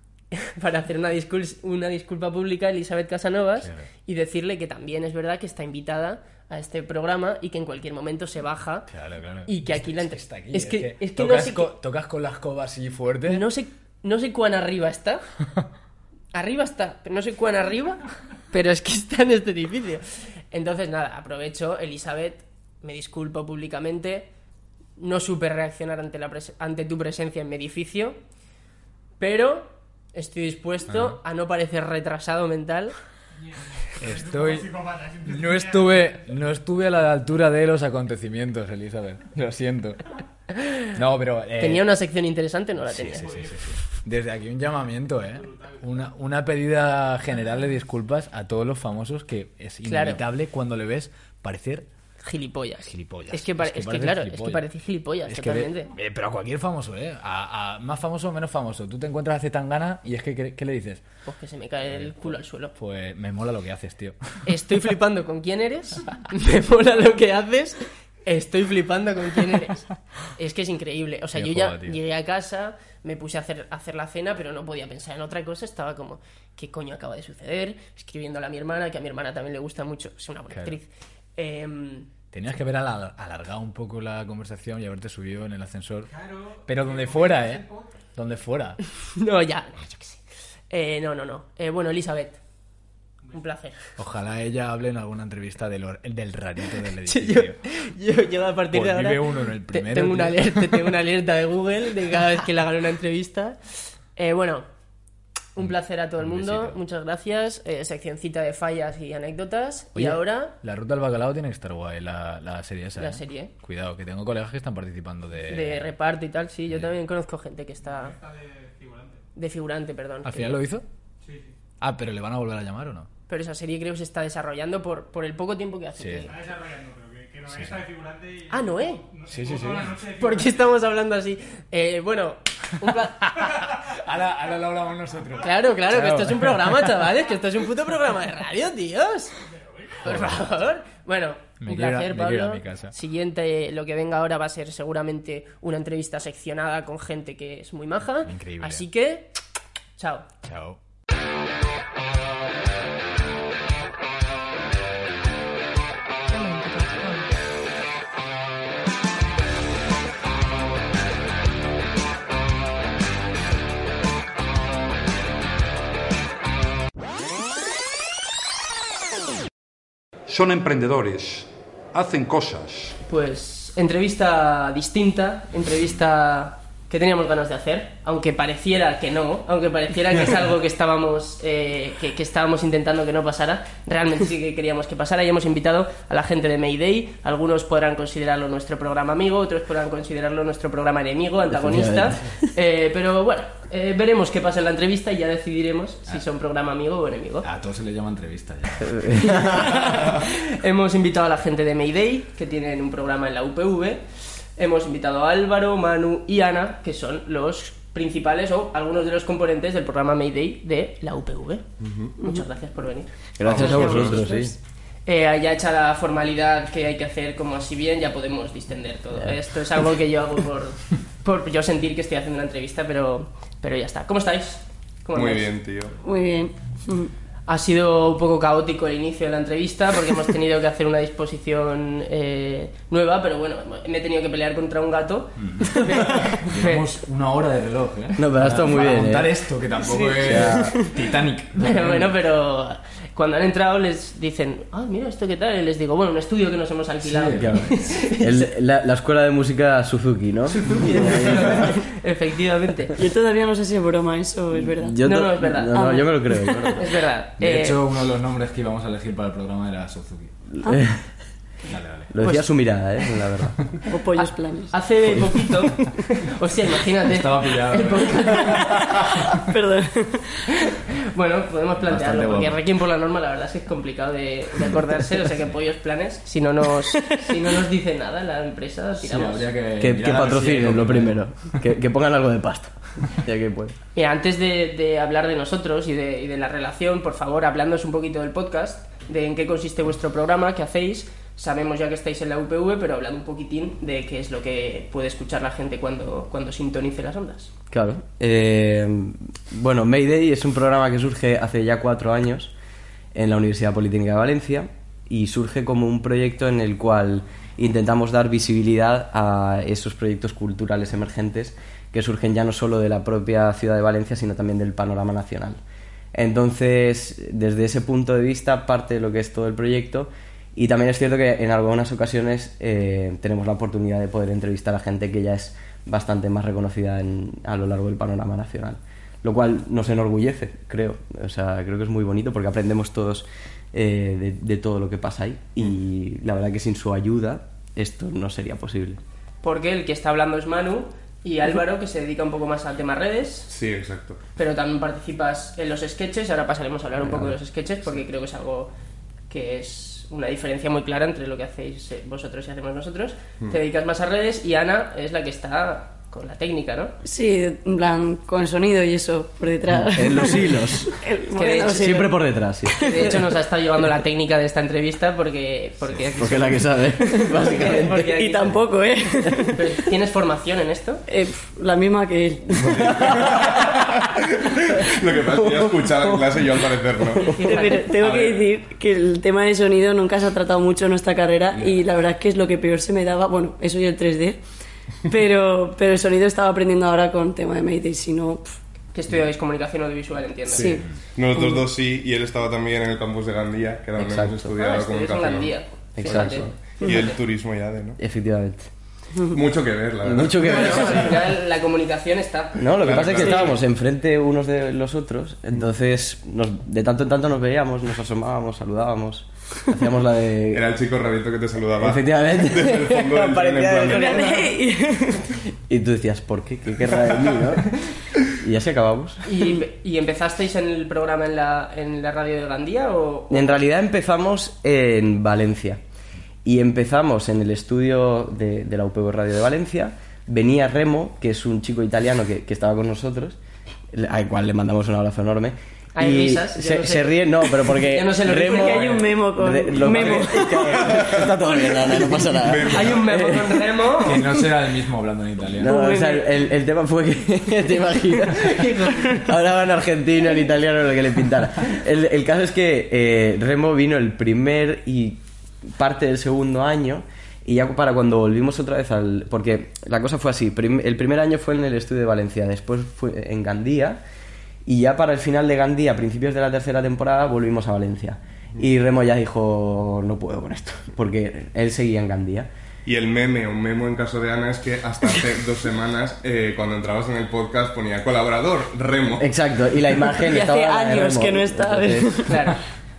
*laughs* para hacer una, discul- una disculpa pública a Elizabeth Casanovas
Claro.
y decirle que también es verdad que está invitada a este programa y que en cualquier momento se baja
Claro, claro.
y que aquí la
Es que
entre-
está aquí.
Es que, es que no,
tocas,
sé,
co- tocas con la escoba así fuerte.
qué- no sé no sé cuán arriba
*laughs*
está. Arriba está, pero no sé cuán arriba, pero es que está en este edificio. Entonces, nada, aprovecho, Elizabeth, me disculpo públicamente, no supe reaccionar ante, la pres- ante tu presencia en mi edificio, pero estoy dispuesto a no parecer retrasado mental.
Estoy. No estuve, no estuve a la altura de los acontecimientos, Elizabeth. Lo siento. No, pero. eh,
Tenía una sección interesante, no la tenía.
sí, sí, sí. Desde aquí un llamamiento, ¿eh? Una, una pedida general de disculpas a todos los famosos que es
Claro.
inevitable cuando le ves parecer
Gilipollas.
Gilipollas.
Es que, pare-
Es que
es que
parece
claro, es que
gilipollas.
parece gilipollas,
Es que ve-
totalmente.
eh, pero a cualquier famoso, ¿eh? A, a más famoso o menos famoso. Tú te encuentras a Zetangana y es que, ¿qué, qué le dices?
Pues que se me cae el culo al suelo.
Pues me mola lo que haces, tío. *laughs*
Estoy flipando con quién eres, me mola lo que haces, estoy flipando con quién eres. Es que es increíble. O sea,
Qué
yo
joda,
ya
tío.
llegué a casa, me puse a hacer, a hacer la cena, pero no podía pensar en otra cosa. Estaba como, ¿qué coño acaba de suceder? Escribiéndole a mi hermana, que a mi hermana también le gusta mucho, es una buena
Claro.
actriz. Em, *laughs*
Tenías que haber ala- alargado un poco la conversación y haberte subido en el ascensor. pero donde fuera, ¿eh? Donde fuera.
no, ya, yo qué sé. Eh, no, no, no. Eh, bueno, Elizabeth, un placer.
Ojalá ella hable en alguna entrevista del, or- del rarito
*laughs*
del
Sí,
edificio.
yo, yo, yo a partir de
Pues
ahora
vive uno en el
te-
primero,
tengo, una
tío.
alerta, tengo
*laughs*
una alerta de Google de cada vez que le hagan una entrevista. Eh, bueno, un placer a todo el
un
mundo,
besito.
muchas gracias. Eh, seccioncita de fallas y anécdotas. y
Oye,
ahora,
La ruta al bacalao tiene que estar guay, la, la serie esa.
La
¿eh?
serie.
Cuidado, que tengo colegas que están participando de.
de reparto y tal,
eh.
sí, yo también conozco gente que está... De figurante, perdón.
¿Al
que-
final lo hizo? Sí, Ah, pero ¿le van a volver a llamar o no?
Pero esa serie creo que se está desarrollando por, por el poco tiempo que hace.
Sí.
Está desarrollando, pero que, que no está de figurante y...
Ah, Noé.
Sí, sí, sí.
Toda la noche de
¿Por qué estamos hablando así? Eh, bueno, un
*laughs*
pla-
Ahora, ahora lo hablamos nosotros.
Claro, claro, que
Claro.
esto es un
*laughs*
programa, chavales, que esto es un puto programa de radio, tíos. Por favor. Bueno,
Me
un
quiero ir a-
placer,
me quiero ir a
Pablo.
mi casa.
Siguiente, lo que venga ahora va a ser seguramente una entrevista seccionada con gente que es muy maja.
Increíble.
Así que, chao.
Chao.
Elemento.com.
Son emprendedores, hacen cosas.
Pues entrevista distinta, entrevista que teníamos ganas de hacer, aunque pareciera que no, aunque pareciera que es algo que estábamos, eh, que, que estábamos intentando que no pasara, realmente sí que queríamos que pasara y hemos invitado a la gente de Mayday, algunos podrán considerarlo nuestro programa amigo, otros podrán considerarlo nuestro programa enemigo, antagonista, eh, pero bueno, eh, veremos qué pasa en la entrevista y ya decidiremos si son programa amigo o enemigo.
A todos se les llama entrevista ya.
*laughs* Hemos invitado a la gente de Mayday, que tienen un programa en la UPV. Hemos invitado a Álvaro, Manu y Ana, que son los principales o algunos de los componentes del programa Mayday de la UPV. Muchas gracias por venir.
Gracias a vosotros, sí.
Eh, ya hecha la formalidad que hay que hacer, como así bien, ya podemos distender todo. Esto es algo que yo hago
*laughs*
por, por yo sentir que estoy haciendo una entrevista, pero, pero ya está. ¿Cómo estáis? ¿Cómo
Muy
andáis?
bien, tío.
Muy bien. Mm.
Ha sido un poco caótico el inicio de la entrevista porque hemos tenido que hacer una disposición eh, nueva, pero bueno, me he tenido que pelear contra un gato.
Mm.
*laughs*
Tenemos una hora de reloj, ¿eh?
No, pero ha estado muy
Para
bien,
montar
¿eh?
esto, que tampoco es
*laughs*
Titanic.
Pero bueno, pero cuando han entrado les dicen, ah, mira esto qué tal, y les digo, bueno, un estudio que nos hemos alquilado. *laughs*
Claro. El- la, la escuela de música Suzuki, ¿no?
Efectivamente,
Yo todavía no sé si es broma eso, es verdad.
Mm, Yo
No,
to-
no, es verdad.
No, no,
Ah.
yo me lo creo.
es verdad.
De
Eh,
hecho, uno de los nombres que íbamos a elegir para el programa era Suzuki.
Ah.
Dale, dale.
Lo
Pues
decía su mirada, ¿eh?
*laughs*
La verdad.
O
Ah,
pollos planes.
hace poquito,
*laughs*
hostia, imagínate.
Estaba pillado. ¿eh?
*laughs* Perdón.
Bueno, podemos
Bastante
plantearlo,
guapo.
porque Requiem por la norma la verdad es que es complicado de, de acordarse, o sea que pollos planes, si no nos, si no nos dice nada la empresa,
Sí,
tiramos.
habría que,
Que, que
mirar a ver si hay
patrocinen, lo
algo.
primero. Que, que pongan algo de
*laughs*
pasta. Ya que puede.
Mira, antes de, de hablar de nosotros y de, y de la relación, por favor, hablándonos un poquito del podcast, de en qué consiste vuestro programa, qué hacéis, sabemos ya que estáis en la UPV, pero hablad un poquitín de qué es lo que puede escuchar la gente cuando, cuando sintonice las ondas.
Claro. Eh, bueno, Mayday es un programa que surge hace ya cuatro años en la Universidad Politécnica de Valencia y surge como un proyecto en el cual intentamos dar visibilidad a esos proyectos culturales emergentes que surgen ya no solo de la propia ciudad de Valencia, sino también del panorama nacional. Entonces, desde ese punto de vista, parte de lo que es todo el proyecto. Y también es cierto que en algunas ocasiones eh, tenemos la oportunidad de poder entrevistar a gente que ya es bastante más reconocida en- a lo largo del panorama nacional. Lo cual nos enorgullece, creo. O sea, creo que es muy bonito porque aprendemos todos eh, de, de todo lo que pasa ahí. Y la verdad que sin su ayuda esto no sería posible.
Porque el que está hablando es Manu y Álvaro, que se dedica un poco más al tema redes.
Sí, exacto.
pero también participas en los sketches. Ahora pasaremos a hablar un poco de los sketches porque creo que es algo que es una diferencia muy clara entre lo que hacéis eh, vosotros y hacemos nosotros.
Mm.
Te dedicas más a redes y Ana es la que está con la técnica,
*laughs*
¿no?
Sí, en plan, con sonido y eso, por detrás.
Ah, En los hilos.
*laughs* El-
Que de hecho
sí.
Siempre por detrás, sí.
Que De hecho, nos ha estado llevando la técnica de esta entrevista porque. porque,
Porque es la que sabe, *laughs* básicamente.
porque aquí-
Y tampoco, ¿eh?
*laughs* Pero, ¿Tienes formación en esto?
*laughs* Eh, pf, la misma que *laughs* él.
Lo que pasa es que ya escuchaba en clase y yo al parecer no.
Pero tengo
A
que
ver.
decir que el tema de sonido nunca se ha tratado mucho en nuestra carrera y la verdad es que es lo que peor se me daba. Bueno, eso y el 3D. Pero, pero el sonido estaba aprendiendo ahora con tema de Mayday, si no... pf,
Que estudiáis comunicación audiovisual, entiendo.
Sí.
Nosotros dos sí, y él estaba también en el campus de Gandía, que también hemos
Exacto.
estudiado
Ah,
con
estudias en Gandía.
Exacto.
Fíjate.
Y el turismo y ADE, ¿no?
Efectivamente.
Mucho que ver, la verdad.
Mucho que ver.
Bueno, al final la comunicación está.
No, lo que
Claro,
pasa es que
claro.
estábamos enfrente unos de los otros, entonces nos- de tanto en tanto nos veíamos, nos asomábamos, saludábamos, hacíamos la de...
*laughs* Era el chico rarito que te saludaba. Desde el
Efectivamente.
fondo *laughs* del
Parecía
tren, en
de-
plan
y tú decías, ¿por qué? ¿Qué querrá de mí, no? Y así acabamos.
¿Y, y empezasteis en el programa en la, en la radio de Gandía o...?
En realidad empezamos en Valencia. Y empezamos en el estudio de, de la UPV Radio de Valencia. Venía Remo, que es un chico italiano que, que estaba con nosotros, al cual le mandamos un abrazo enorme.
Hay
y
risas, yo
se,
no sé.
se ríen, no, pero porque
*laughs* Yo no sé lo que-
Remo...
Porque hay un memo con-
lo-
memo.
*laughs* Está todo bien, Ana, no pasa nada.
Hay un memo con
*laughs*
Remo.
Que no será el mismo hablando en italiano.
No,
Un
o sea,
meme.
el, el tema fue que *laughs* te imaginas. Ahora en argentino, en italiano, lo que le pintara. El, el caso es que eh, Remo vino el primer y parte del segundo año. Y ya para cuando volvimos otra vez al. Porque la cosa fue así: prim- el primer año fue en el estudio de Valencia, después fue en Gandía. Y ya para el final de Gandía, a principios de la tercera temporada, volvimos a Valencia. Y Remo ya dijo: No puedo con esto, porque él seguía en Gandía.
Y el meme, un memo en caso de Ana, es que hasta hace dos semanas, eh, cuando entrabas en el podcast, ponía colaborador, remo.
Exacto, y la imagen
Y
estaba
hace
la de
años
Remo.
que no está. ¿eh?
*laughs* Entonces,
Claro.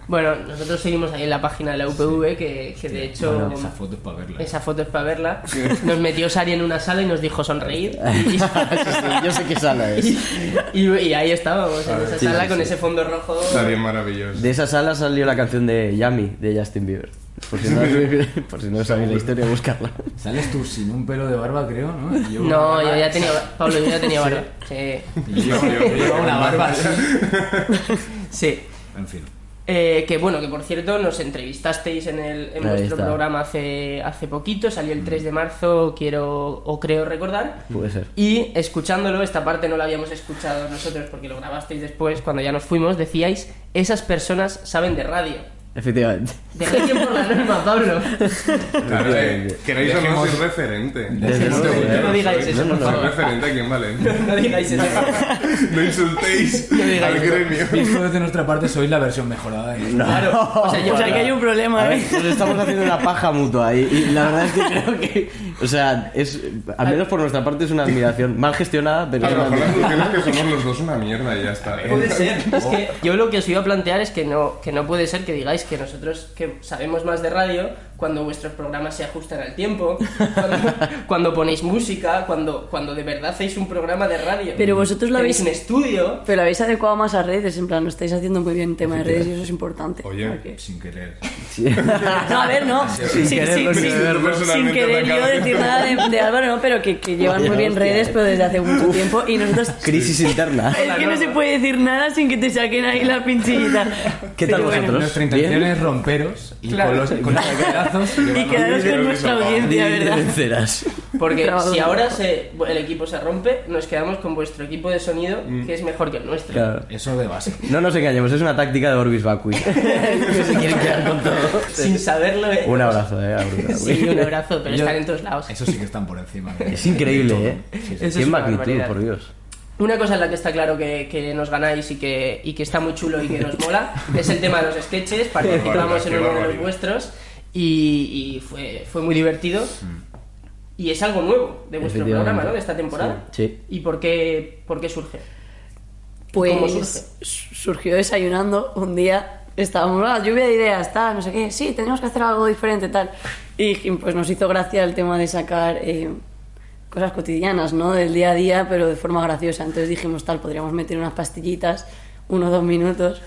Bueno, nosotros seguimos ahí en la página de la UPV, que, que de hecho
Esas fotos para verlas.
esa foto es para verla. Nos metió Sari en una sala y nos dijo sonreír. Y,
yo sé qué sala es.
y- y ahí estábamos, en esa
sí,
sala
sí,
con
sí.
ese fondo rojo.
Está bien maravilloso.
De esa sala salió la canción de Yami, de Justin Bieber. Por si no, por si no sabéis la historia, buscarla.
Sales tú sin un pelo de barba, creo, ¿no? Y yo-
No, yo ya tenía. Pablo, yo ya tenía barba. Sí.
Y yo- yo llevaba una barba así.
Sí.
En fin.
Eh, que bueno, que por cierto nos entrevistasteis en, el, en
Ahí
vuestro
está.
programa hace, hace poquito, salió el
Mm.
3 de marzo, quiero o creo recordar.
Puede ser.
Y escuchándolo, esta parte no la habíamos escuchado nosotros porque lo grabasteis después, cuando ya nos fuimos, decíais, esas personas saben de radio.
Efectivamente.
Dejé tiempo la norma, Pablo. *laughs*
Claro, eh, queréis o no,
Dejemos-
soy referente.
Desde
No,
luego,
no
¿eh?
digáis eso,
No, no,
por
Soy
no.
favor.
referente aquí en Valencia.
No digáis
*laughs*
eso.
No insultéis
No digáis
al
eso.
gremio.
Visto desde nuestra parte, sois la versión mejorada de esto.
Claro. O sea, yo
O sea, que hay un problema,
A ver,
¿eh?
nos estamos haciendo una paja mutua y, y la verdad es que creo que, o sea, es, al menos por nuestra parte es una admiración mal gestionada, pero
A
es
lo
una
mejor la
admiración.
función es que somos los dos una mierda y ya está. ¿eh?
*laughs* Puede ser.
*laughs*
Es que yo lo que os iba a plantear es que no, que no puede ser que digáis que nosotros que sabemos más de radio cuando vuestros programas se ajustan al tiempo,
*laughs*
cuando, cuando ponéis música, cuando, cuando de verdad hacéis un programa de radio.
Pero vosotros lo
Tenéis
habéis-
un estudio.
Pero habéis adecuado más a redes, en plan, lo estáis haciendo muy bien en tema de redes y eso es importante.
Oh, Oye.
Porque-
Sin querer.
Sí.
*laughs* No, a ver, no. Sin,
querer, lo
sin,
que de verdad
sin
personalmente
querer yo
atacado.
decir nada de, de Álvaro, no, pero que, que llevan
Vaya,
muy bien
hostia,
redes,
eh.
pero desde hace mucho tiempo. Y
*laughs*
nosotros. *laughs*
Crisis interna.
Es que no se puede decir nada sin que te saquen ahí la pinchillita.
¿Qué tal
Pero bueno.
vosotros?
Nuestra
¿Bien?
intención es romperos y
Claro.
con los, con los
*laughs*
pedazos
Y quedaros con nuestra audiencia, ¿verdad?
vencerás.
Porque
*laughs* Grabado
si
en
ahora se- el equipo se rompe, nos quedamos con vuestro equipo de sonido, que es mejor que el nuestro.
Mm. Claro. *laughs*
Eso de base.
No nos engañemos, es una táctica de Orbis
*laughs*
Vacui. que se quieren quedar con todo.
Sin saberlo. eh.
Un abrazo, eh, a Orbis Vacui.
Sí, un abrazo, pero
Yo-
están en todos lados.
Eso sí que están por encima. de-
Es increíble, eh.
Eso es
Qué
una
magnitud,
barbaridad.
por Dios.
Una cosa en la que está claro que, que nos ganáis y que, y que está muy chulo y que nos mola es el tema de los sketches. Participamos en uno
Qué
de los
barbaridad.
vuestros y, y fue, fue muy divertido. Y es algo nuevo de vuestro
Efectivamente.
programa, ¿no? De esta temporada.
Sí. Sí.
¿Y por qué, por qué surge? ¿Cómo surge?
Pues su- surgió desayunando un día, estábamos, ah, lluvia de ideas, tal, no sé qué, sí, tenemos que hacer algo diferente, tal. Y dijim- pues nos hizo gracia el tema de sacar eh, cosas cotidianas, ¿no? Del día a día, pero de forma graciosa. Entonces dijimos, tal, podríamos meter unas pastillitas, unos dos minutos.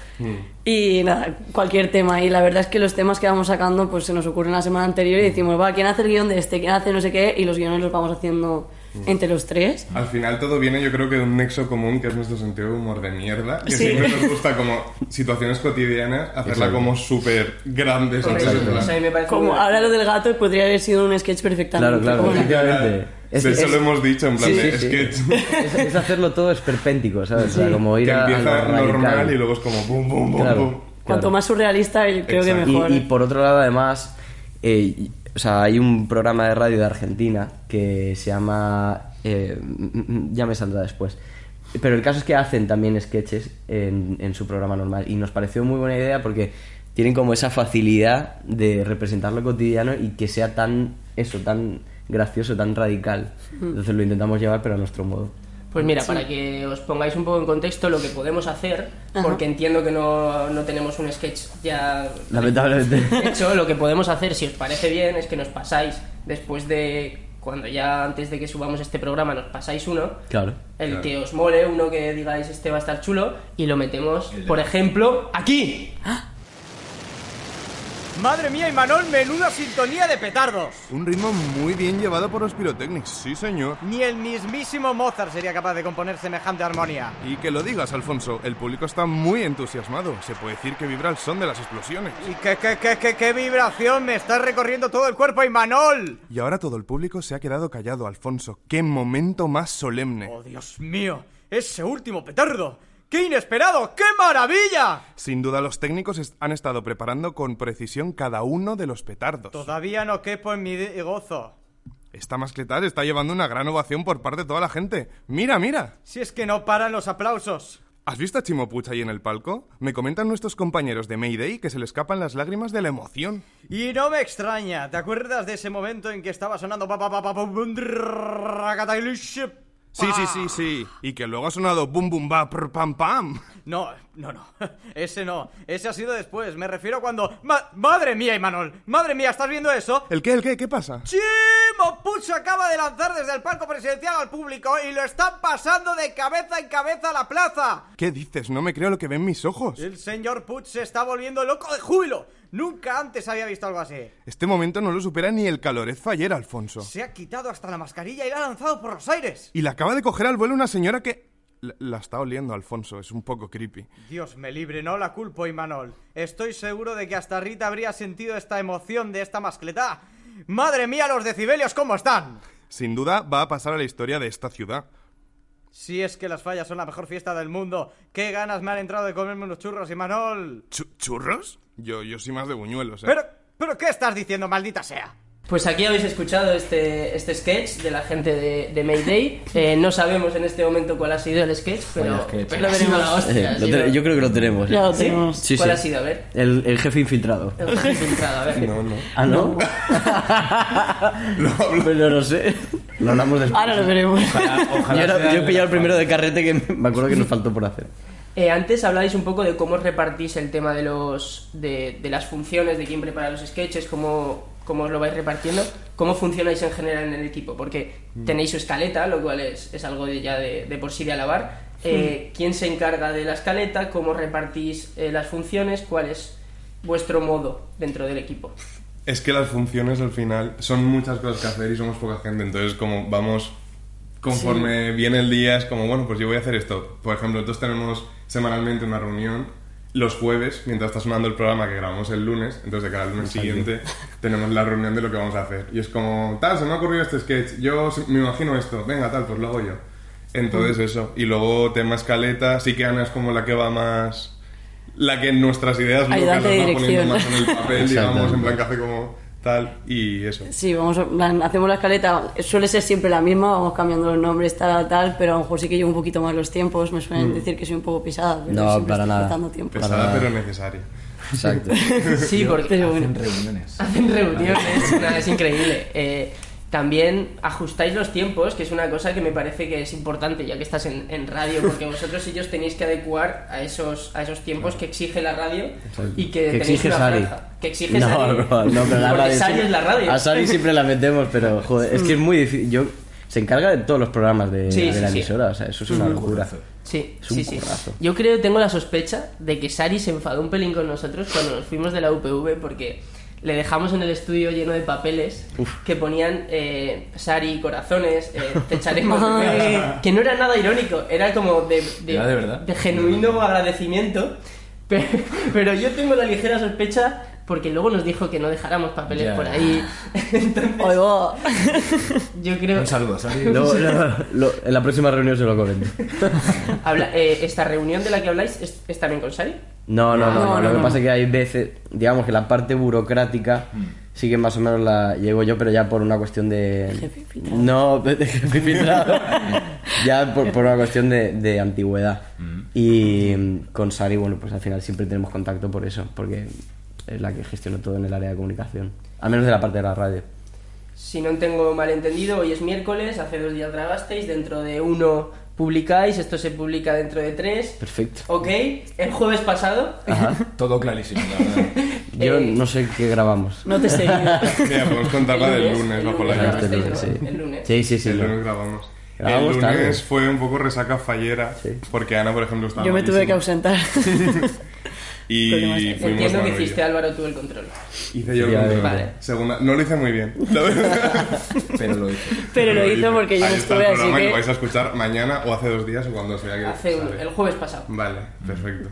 Y nada, cualquier tema. Y la verdad es que los temas que vamos sacando, pues se nos ocurren la semana anterior y decimos, va, ¿quién hace el guión de este? ¿Quién hace no sé qué? Y los guiones los vamos haciendo entre los tres.
Al final todo viene yo creo que de un nexo común que es nuestro sentido de humor de mierda. Que
Sí.
siempre nos gusta como situaciones cotidianas, hacerla
Exacto.
como súper grandes.
Por
entonces,
eso,
en plan,
pues a mí me parece
Como
muy-
ahora lo del gato podría haber sido un sketch perfectamente.
Claro, claro,
Bueno,
efectivamente. Es,
de hecho
es-
lo hemos dicho en plan
Sí,
de
sí, sí.
sketch.
es- es hacerlo todo esperpéntico, ¿sabes? O sea, como ir
Que
a, a lo
empieza
radical.
normal y luego es como bum, bum, bum,
Claro,
bum.
Cuanto
claro.
más surrealista, el- creo que
Exacto.
mejor.
Y, y por otro lado, además, eh, y- o sea, hay un programa de radio de Argentina que se llama. eh, mm, mm, ya me saldrá después. Pero el caso es que hacen también sketches en, en su programa normal. Y nos pareció muy buena idea porque tienen como esa facilidad de representar lo cotidiano y que sea tan. Eso, tan gracioso, tan radical. Entonces lo intentamos llevar, pero a nuestro modo.
Pues mira, para que os pongáis un poco en contexto lo que podemos hacer,
Ajá.
porque entiendo que no, no tenemos un sketch ya
Lamentablemente.
De *laughs* hecho, lo que podemos hacer, si os parece bien, es que nos pasáis después de cuando ya antes de que subamos este programa nos pasáis uno,
claro.
el
Claro.
que os mole, uno que digáis este va a estar chulo y lo metemos,
El de-
por ejemplo, aquí.
Madre mía, y Manol, menuda sintonía de petardos.
Un ritmo muy bien llevado por los Pyrotechnics, sí señor.
Ni el mismísimo Mozart sería capaz de componer semejante armonía.
Y que lo digas, Alfonso, el público está muy entusiasmado. Se puede decir que vibra el son de las explosiones.
Y qué, qué, qué, qué, qué vibración me está recorriendo todo el cuerpo, y Manol.
Y ahora todo el público se ha quedado callado, Alfonso. ¡Qué momento más solemne!
Oh, Dios mío, ese último petardo. ¡Qué inesperado! ¡Qué maravilla!
Sin duda los técnicos est- han estado preparando con precisión cada uno de los petardos.
Todavía no quepo en mi de- gozo.
Esta mascletal está llevando una gran ovación por parte de toda la gente. ¡Mira, mira!
Si es que no paran los aplausos.
¿Has visto a Chimopuch ahí en el palco? Me comentan nuestros compañeros de Mayday que se le escapan las lágrimas de la emoción.
Y no me extraña, ¿te acuerdas de ese momento en que estaba sonando pa pa pa pa pum, bum, drrrrrrrrrrrrrrrrrrrrrrrrrrrrrrrrrrr?
Sí, sí, sí, sí. Y que luego ha sonado bum bum ba prr, pam pam.
No, no, *laughs* no. Ese no. Ese ha sido después. Me refiero a cuando. Ma- ¡Madre mía, Imanol! ¡Madre mía, ¿estás viendo eso?
¿El qué? ¿El qué? ¿Qué pasa?
Chimo Puch acaba de lanzar desde el palco presidencial al público y lo están pasando de cabeza en cabeza a la plaza.
¿Qué dices? No me creo lo que ven mis ojos.
El señor Puch se está volviendo loco de júbilo. Nunca antes había visto algo así.
Este momento no lo supera ni el calorez ayer, Alfonso.
Se ha quitado hasta la mascarilla y la ha lanzado por los aires.
Y la acaba de coger al vuelo una señora que... La, la está oliendo, Alfonso. Es un poco creepy.
Dios me libre, no la culpo, Imanol. Estoy seguro de que hasta Rita habría sentido esta emoción de esta mascletá. ¡Madre mía, los decibelios, cómo están!
Sin duda va a pasar a la historia de esta ciudad.
Si es que las fallas son la mejor fiesta del mundo, qué ganas me han entrado de comerme unos churros, Imanol.
¿Chu- ¿Churros? Yo, yo soy más de buñuelos, ¿eh?
Pero, pero, ¿qué estás diciendo, maldita sea?
Pues aquí habéis escuchado este, este sketch de la gente de, de Mayday. Eh, no sabemos en este momento cuál ha sido el sketch, pero,
Vaya sketch.
pero veremos la hostia.
Eh, lo
sí,
te-
¿no?
yo creo que lo tenemos. ¿eh?
Ya lo
¿Sí?
tenemos.
Sí,
¿Cuál
sí.
ha sido? A ver.
El, el jefe infiltrado.
El jefe infiltrado, a ver.
Ah, no. Pues *laughs* no lo sé. Lo hablamos
Ah,
después.
Ahora lo veremos.
Yo, era- yo he pillado el primero de carrete que me acuerdo que nos faltó por hacer.
Eh, antes habláis un poco de cómo os repartís el tema de los de, de las funciones, de quién prepara los sketches, cómo, cómo os lo vais repartiendo, cómo funcionáis en general en el equipo, porque tenéis su escaleta, lo cual es, es algo de- ya de, de por sí de alabar. Eh, ¿Quién se encarga de la escaleta? ¿Cómo repartís eh, las funciones? ¿Cuál es vuestro modo dentro del equipo?
Es que las funciones al final son muchas cosas que hacer y somos poca gente, entonces como vamos conforme viene el día es como, bueno, pues yo voy a hacer esto. Por ejemplo, nosotros tenemos semanalmente una reunión los jueves, mientras está sonando el programa que grabamos el lunes, entonces de cada lunes siguiente tenemos la reunión de lo que vamos a hacer. Y es como, tal, se me ha ocurrido este sketch, yo se- me imagino esto, venga, tal, pues lo hago yo. Entonces eso, y luego tema escaleta, sí que Ana es como la que va más... La que en nuestras ideas locas
Ayudante
las
de
va
dirección.
poniendo más en el papel, digamos,
Exactamente.
en plan que hace como tal y eso.
*laughs* Sí, vamos, a- en plan, hacemos la escaleta, suele ser siempre la misma, vamos cambiando los nombres, tal, tal, pero a lo mejor sí que llevo un poquito más los tiempos, me suelen decir que soy un poco pisada, pero
Mm. No,
siempre
para
estoy
nada.
faltando
*laughs*
tiempo.
Pues-
Pesada
Para-
pero necesaria.
Exacto.
*laughs* Sí, porque
Pero bueno,
Hacen reuniones.
Hacen
*laughs*
reuniones, nada, es increíble. Eh, también ajustáis los tiempos, que es una cosa que me parece que es importante, ya que estás en, en radio,
*laughs*
porque vosotros ellos tenéis que adecuar a esos, a esos tiempos que exige la radio y que,
Que
tenéis
exige
una
Sari.
franja. Que exige
No,
Sari.
no, no, pero la
Porque
radio.
Sari
sí-
es la radio.
A Sari siempre la metemos, pero joder, es que es muy difícil. Yo, se encarga de todos los programas de,
Sí,
de
sí,
la
sí.
emisora, o sea, eso es una locura.
Sí,
Es un
sí, sí.
currazo.
Yo creo, tengo la sospecha de que Sari se enfadó un pelín con nosotros cuando nos fuimos de la UPV porque le dejamos en el estudio lleno de papeles que ponían eh, Sari, corazones, eh, te echaremos de menos. Que no era nada irónico, era como de, de-
Era de verdad.
de genuino agradecimiento. *laughs* Pero, pero yo tengo la ligera sospecha porque luego nos dijo que no dejáramos papeles
Ya.
por ahí. *laughs* Entonces,
oigo,
yo creo...
Un saludo, Sari.
Luego, lo- lo- en la próxima reunión se lo comento.
*laughs* Habla- eh, esta reunión de la que habláis es, es también con Sari.
No, no, no,
No,
no,
no,
Lo que
no.
pasa es que hay veces, digamos que la parte burocrática
Hmm.
sí que más o menos la llevo yo, pero ya por una cuestión de.
Jefe infiltrado.
No, *laughs* de de jefe infiltrado. ya por, por una cuestión de, de antigüedad.
Hmm.
Y mm, con Sari, bueno, pues al final siempre tenemos contacto por eso, porque es la que gestiona todo en el área de comunicación. Al menos de la parte de la radio.
Si no tengo malentendido, hoy es miércoles, hace dos días grabasteis, dentro de uno publicáis, esto se publica dentro de tres.
Perfecto.
Ok, el jueves pasado.
Todo clarísimo, la verdad.
Yo
eh,
no sé qué grabamos. este
no te
*laughs*
sé.
Mira, pues, podemos contar la del lunes, bajo la
lunes.
llave.
grabasteis,
llave.
¿no?
Sí.
El lunes.
Sí, sí, sí.
El
lo-
lunes grabamos.
Grabamos
el lunes
tarde.
fue un poco resaca fallera,
Sí.
porque Ana, por ejemplo, estaba
*laughs*
Yo me tuve que
malísima.
ausentar.
Y
Problemas que
fuimos
Entiendo que
Marbella.
hiciste, Álvaro, tú el control.
Hice yo el
Ya
control.
veo.
Vale.
Segunda, no lo hice
*laughs*
muy bien. la verdad.
Pero lo hice.
Pero lo hizo porque yo
Ahí
no
está el
estuve, así
programa que
que...
vais a escuchar mañana o hace dos días o cuando sea que
Hace un-
sale.
el jueves pasado.
Vale, perfecto.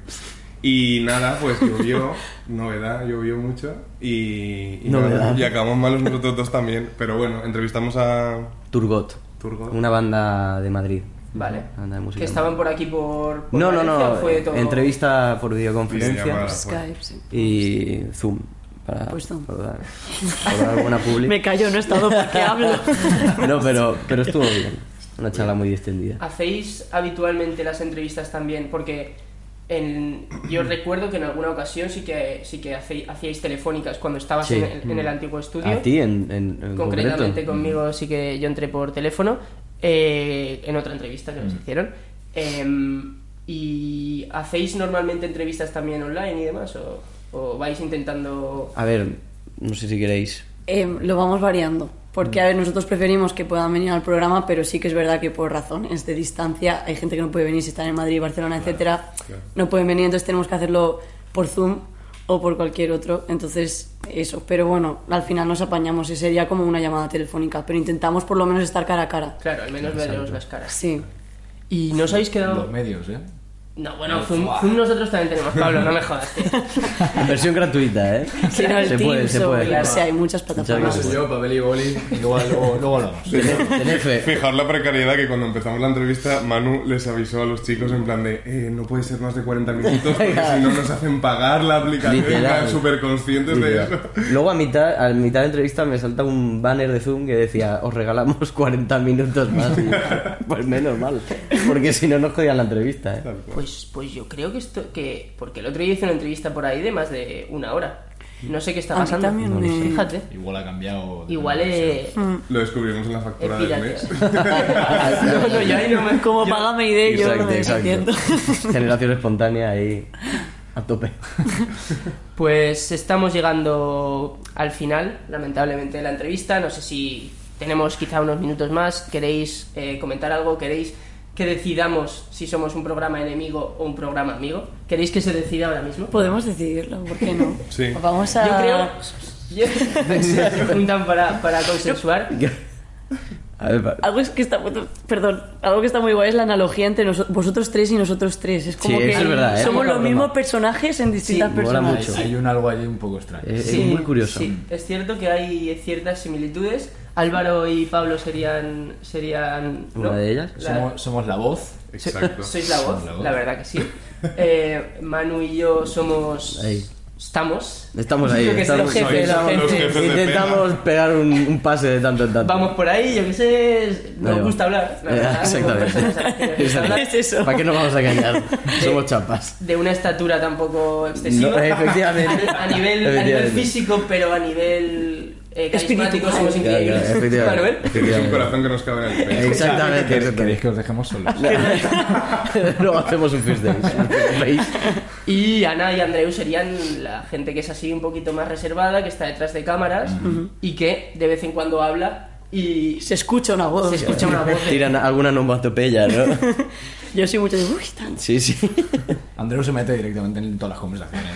Y nada, pues
*laughs*
llovió, novedad, llovió mucho y, y, nada,
Novedad.
y acabamos malos nosotros dos también. Pero bueno, entrevistamos a
Turgot,
Turgo.
una banda de Madrid.
Vale.
Una banda de música.
Que estaban por aquí por. por
No, no,
Valencia,
no.
o fue todo-
Entrevista por videoconferencia
Videollamada.
Skype, sí.
y Zoom. Para,
Pues Zoom.
por dar, por dar alguna public.
Me callo, no he estado porque
*laughs*
hablo.
No, pero, pero estuvo bien. Una charla muy distendida.
¿Hacéis habitualmente las entrevistas también? Porque en- yo recuerdo que en alguna ocasión sí que, sí que hacéis- hacíais telefónicas cuando estabas
Sí. Mm.
en, el, en el antiguo estudio.
A ti en, en, en
Concretamente
concreto.
conmigo sí que yo entré por teléfono eh, en otra entrevista que nos hicieron. Em, ¿Y hacéis normalmente entrevistas también online y demás? ¿O, o vais intentando...?
A ver, no sé si queréis.
Eh, lo vamos variando. Porque, a ver, nosotros preferimos que puedan venir al programa, pero sí que es verdad que por razones de distancia hay gente que no puede venir si están en Madrid, Barcelona, etcétera. No pueden venir, entonces tenemos que hacerlo por Zoom o por cualquier otro. Entonces, eso. Pero bueno, al final nos apañamos y sería como una llamada telefónica, pero intentamos por lo menos estar cara a cara.
Claro, al menos veros las caras.
Sí.
¿Y no os habéis quedado...?
Los medios, ¿eh?
No, bueno, Zoom, Zoom nosotros también tenemos, Pablo, no me jodas, *laughs* tío.
Versión gratuita, ¿eh?
Si no, el
se puede,
Teams
se
o
puede.
el- sí, hay muchas
Muchas
*laughs*
plataformas.
gracias.
yo, papel y boli, y luego, luego, luego hablamos.
Tened- tened fe.
Fijar la precariedad que cuando empezamos la entrevista, Manu les avisó a los chicos en plan de eh, no puede ser más de 40 minutos porque si no nos hacen pagar la aplicación.
Literal.
Eran súper conscientes de eso.
Literal. *laughs* Luego a mitad, a mitad de entrevista me salta un banner de Zoom que decía os regalamos *laughs* 40 minutos más. Y, pues menos mal, porque si no nos jodían la entrevista. ¿eh?
Pues, pues yo creo que esto, que porque el otro día hice una entrevista por ahí de más de una hora. No sé qué está
A mí
pasando.
también No lo me- sé.
Fíjate.
Igual ha cambiado. de
Igual
televisión.
*laughs*
eh,
Lo descubrimos en la
es
factura del mes.
*laughs*
pirata. no, *laughs* no,
*laughs*
yo ahí no me...
Como paga mi idea, yo lo
Exacto,
desentiendo.
exacto. *laughs* Generación espontánea ahí a tope.
Pues estamos llegando al final, lamentablemente, de la entrevista. No sé si tenemos quizá unos minutos más. ¿Queréis eh, comentar algo? ¿Queréis que decidamos si somos un programa enemigo o un programa amigo? ¿Queréis que se decida ahora mismo?
*laughs*
Pues,
Podemos decidirlo, ¿por qué no?
Sí.
Vamos a...
Yo
ah, *laughs*
creo. Yo, se juntan para, para consensuar.
A ver, pa-
Algo es que está, perdón, algo que está muy guay es la analogía entre noso- vosotros tres y nosotros tres. Es como
Sí,
que
eso es verdad, ¿eh?
somos
Mola
los
broma.
mismos personajes en distintas
Sí,
mola
personas.
mucho.
Hay un algo allí un poco extraño.
es, es
Sí,
muy curioso.
sí. Es cierto que hay ciertas similitudes. Álvaro y Pablo serían. serían
Una de ellas.
La-
Somos, somos la voz.
Exacto.
sois la
Somos
voz,
la
la,
voz.
verdad que sí. Eh, Manu y yo somos.
Ahí.
Estamos.
Estamos ahí.
Yo que soy
Estamos,
el jefe, la
intentamos-
Sois
gente.
los jefes.
intentamos pegar un, un pase de tanto en tanto.
Vamos por ahí, yo que sé. Nos
Ahí va.
gusta hablar. la
Eh,
verdad,
exactamente.
somos personas a las que nos gusta hablar.
Es eso.
¿Para qué nos vamos a engañar? Somos chapas.
*laughs* de una estatura tampoco excesiva.
No, efectivamente.
*laughs* A nivel, a nivel
Efectivamente.
físico, pero a nivel eh, carismático
Espiritual.
somos
Claro, claro,
increíbles.
efectivamente.
Manuel.
Tenéis un
Efectivamente.
corazón que nos cabe en el pecho.
Exactamente,
¿Queréis
exactamente.
que os dejemos solos?
*laughs* Luego hacemos un first date. un first date.
Y Ana y Andreu serían la gente que es así un poquito más reservada, que está detrás de cámaras y que de vez en cuando habla y
Se escucha una voz.
se escucha una voz. de-
Tiran alguna onomatopeya, ¿no?
Yo soy mucho de... Uy, tan...
Sí, sí.
Andreu se mete directamente en todas
*laughs*
las conversaciones.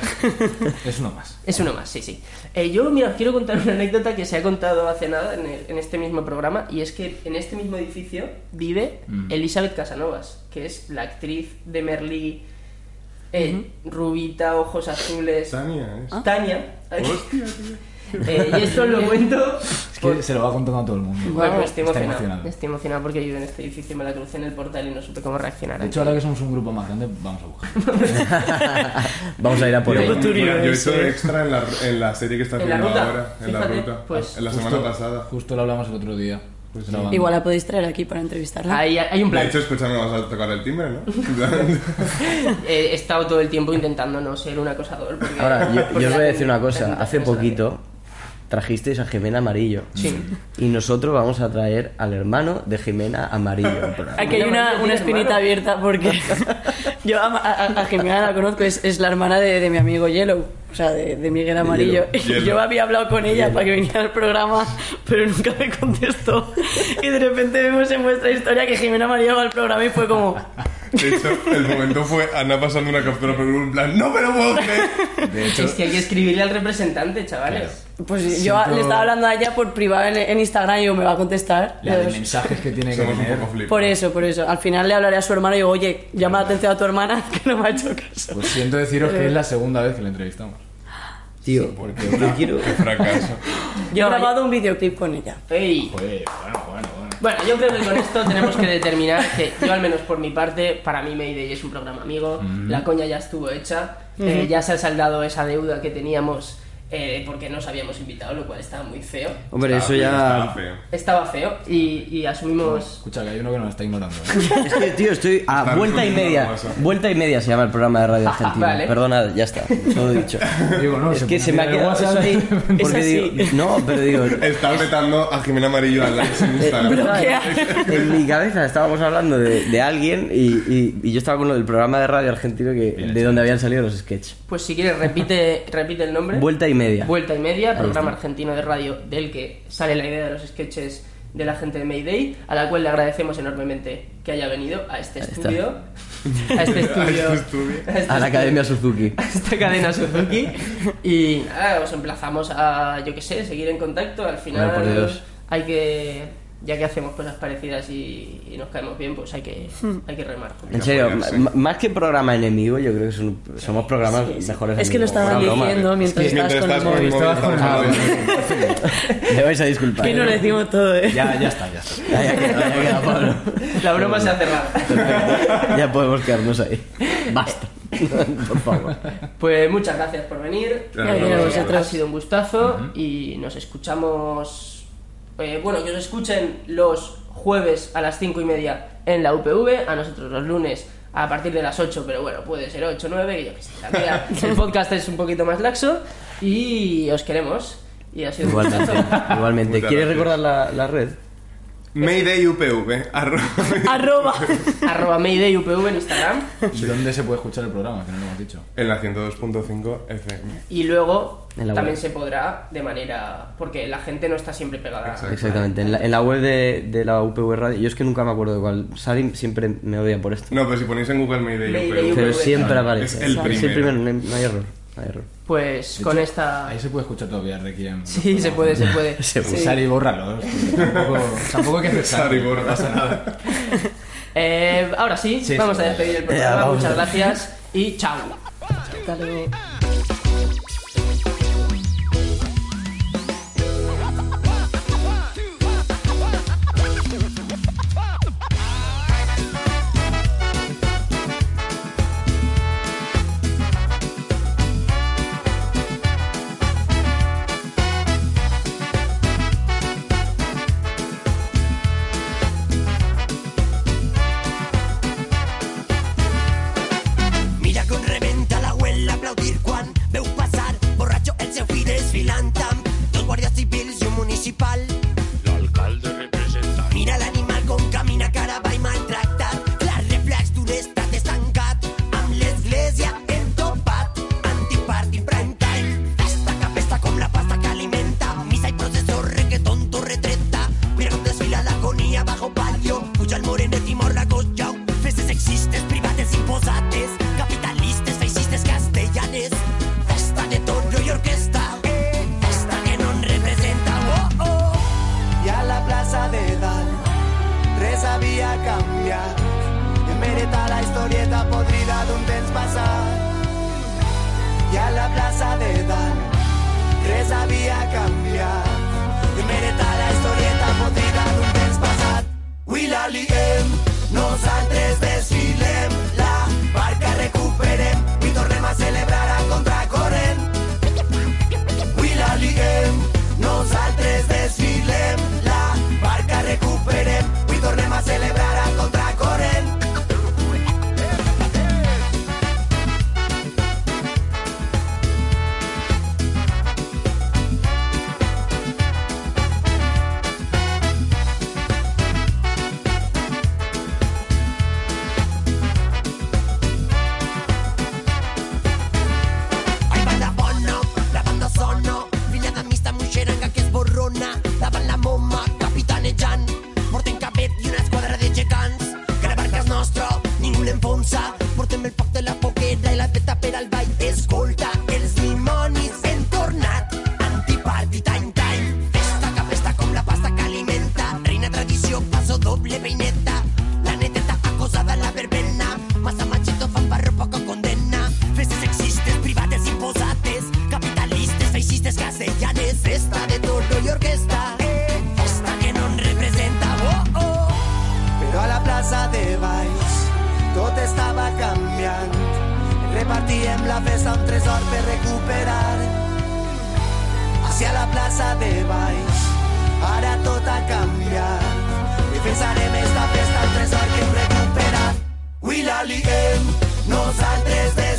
Es uno más.
Es uno más, sí, sí. Eh, yo, mira, os quiero contar una anécdota que se ha contado hace nada en, el- en este mismo programa, y es que en este mismo edificio vive Elizabeth Casanovas, que es la actriz de Merlí, eh, rubita, ojos azules,
Tania,
Ah.
es.
Tania. Eh, y esto lo cuento...
Es
por-
que se lo va contando a todo el mundo.
Bueno, pues estoy
Está
emocionado.
emocionado.
Estoy emocionado porque yo vivo en este edificio y me la crucé en el portal y no supe cómo reaccionar.
De hecho, ahora que somos un grupo más grande, vamos a buscar.
Vamos a ir a por
Yo,
ello.
mira, yo he hecho de extra en la, en la serie que está
En la
filmando
ruta.
ahora, en la
Fíjate,
ruta.
pues-
en la semana pasada.
Justo lo hablamos el otro día. grabando.
Igual la podéis traer aquí para entrevistarla.
Hay, hay un
De
plan.
hecho, escúchame, vas a tocar el timbre, ¿no?
Eh, he estado todo el tiempo intentando no ser un acosador. porque-
Ahora, yo,
*laughs* porque
yo os
la
voy a decir una
gente- la
cosa.
gente
Hace
no sabe.
poquito trajisteis a Jimena Amarillo.
Sí.
Y nosotros vamos a traer al hermano de Jimena Amarillo. al programa.
Aquí hay una, una espinita abierta porque *laughs* yo a, a, a Jimena la conozco, es, es la hermana de, de mi amigo Yellow, o sea, de, de Miguel Amarillo. Y *laughs*
Yellow.
Yo había hablado con ella para que viniera al programa, pero nunca me *laughs* contestó. Y de repente vemos en vuestra historia que Jimena Amarillo va al programa y fue como,
*laughs* De hecho, el momento fue Ana pasando una captura por grupo en plan, ¡No me lo puedo creer!
De hecho,
Es que hay que escribirle al representante, chavales.
Pues
Siento-
yo le estaba hablando a ella por privado en, en Instagram y yo me va a contestar.
la de
Pues,
mensajes que tiene que
Somos un
tener.
poco flip.
por eso, por eso. Al final le hablaré a su hermano y digo, oye, llama la atención a tu hermana *laughs* que no me ha hecho caso.
Pues siento deciros que es la segunda vez que le entrevistamos.
Tío, yo quiero...
Qué fracaso.
Yo he
No,
grabado un videoclip con
*laughs*
ella.
Ey.
Joder, Pues, bueno, bueno, bueno.
Bueno, yo creo que con esto tenemos que determinar que yo, al menos por mi parte, para mí Mayday es un programa amigo,
Mm-hmm.
la coña ya estuvo hecha, eh, ya se ha saldado esa deuda que teníamos eh, porque nos habíamos invitado, lo cual estaba muy feo.
Hombre, eso
Estaba feo,
ya...
Estaba
estaba feo.
feo y, y asumimos...
Escucha, que hay uno que nos está ignorando. ¿eh?
Es que, tío, estoy a
Está
vuelta y
resumiendo la
media.
masa.
Vuelta y media se llama el programa de Radio Argentina.
Vale.
Perdona, ya está. Todo dicho.
Digo, no,
es que
pone
se me
a
ha
mirar el
quedado eso
WhatsApp.
ahí.
Es
Porque
así.
digo, no, pero digo,
Estás vetando a Jimena Amarillo al likes en Instagram.
Eh, bloquea.
*laughs* en mi cabeza estábamos hablando de, de alguien y, y- y yo estaba con lo del programa de radio argentino que, de donde habían salido los sketches.
Pues si quieres,
*laughs*
repite, repite el nombre.
Vuelta y media.
Vuelta y media, programa argentino de radio del que sale la idea de los sketches de la gente de Mayday, a la cual le agradecemos enormemente que haya venido a este
está. *laughs*
estudio. A este estudio.
este estudio.
a este
a la
estudio.
*laughs*
Academia Suzuki.
a esta cadena Suzuki y nada, os emplazamos a, yo qué sé, seguir en contacto. Al final
Hombre, por Dios.
hay que, ya que hacemos cosas parecidas y, y nos caemos bien, pues hay que, hay que remar. juntos.
En serio,
apoyarse.
m- más que programa enemigo, yo creo que son- somos programas mejores.
Es que lo estaban
amigos. Bueno, broma.
diciendo mientras,
Mientras
estabas
estás
con
con
el
el
móvil.
móvil,
Estabas con
estamos
el
hablando.
*laughs* Me vais a disculpar.
Que no lo decimos todo, ¿eh?
Ya, ya está, ya está.
Ya, ya queda- ya queda, Pablo.
La broma se ha cerrado.
ya podemos quedarnos ahí. Basta. *laughs* Por favor.
Pues muchas gracias por venir.
Gracias
a
Eh,
vosotros.
Ha sido un gustazo y nos escuchamos. eh, bueno, que os escuchen los jueves a las 5 y media en la UPV, a nosotros los lunes a partir de las 8, pero bueno, puede ser 8, 9, que yo qué sé.
*laughs*
también la- el podcast es un poquito más laxo y os queremos. Y ha sido
*laughs*
un
Igualmente.
gustazo.
igualmente.
Muchas
¿Quieres
gracias.
recordar la, la red?
Mayday UPV. arroba-
Arroba.
*laughs* Arroba Mayday UPV en Instagram.
*laughs* ¿Y dónde se puede escuchar el programa? Que no lo hemos dicho.
En la 102.5 FM.
Y luego
En la web.
también se podrá de manera. Porque la gente no está siempre pegada.
Exacto.
Exactamente. En la, en la web de, de la UPV Radio. Yo es que nunca me acuerdo de cuál. Sari siempre me odia por esto.
No, pero si ponéis en Google Mayday,
Mayday
UPV.
Pero
UPV.
siempre
Es
aparece.
el
Siempre
primero.
no, hay- no hay error. No hay error.
Pues
De
con
hecho,
esta.
Ahí se puede escuchar todavía
*laughs*
Requiem.
Sí, se puede, se puede.
Se puede.
Sí.
Sari, bórralo. Tampoco, tampoco hay que pensar.
Sari, borra.
No pasa nada.
Eh, ahora sí,
Sí,
vamos
sí.
a despedir el programa.
vamos.
Muchas gracias y chao.
Hasta luego.
Mira com rebenta la abuela aplaudir quan veu passar borratxo el seu fill desfilant amb dos guàrdies civils i un municipal. L'alcalde representa. Mira l'animal com camina cara avall maltractat. Clar reflex d'un estat estancat. Amb l'església hem topat. Antiparty prime time. Tasta que apesta com la pasta que alimenta. Misa i processó, reggaeton, torretreta. Mira com desfila la conia bajo palio. Puja el morenet i mor la colla. Festes existes, privates imposates, capitalistes, feixistes, castellanes. Festa de torno i orquesta, festa que no en representa. Oh, oh. I a la plaça de dalt, res havia canviat. Mereta la historieta podrida d'un temps passat. I a la plaça de dalt, res havia canviat. Mereta la historieta podrida d'un temps passat. Avui la liguem, nosaltres desfilem, la barca recuperem i tornem a celebrar a contracorrent. Avui la liguem, nosaltres desfilem, la barca recuperem i tornem a celebrar a contracorrent.
Eh, Oh,
la fes a un tresor per recuperar hacia la plaça de baix ara tot ha canviat defensarem esta festa al tresor que hem recuperat avui la liguem nosaltres de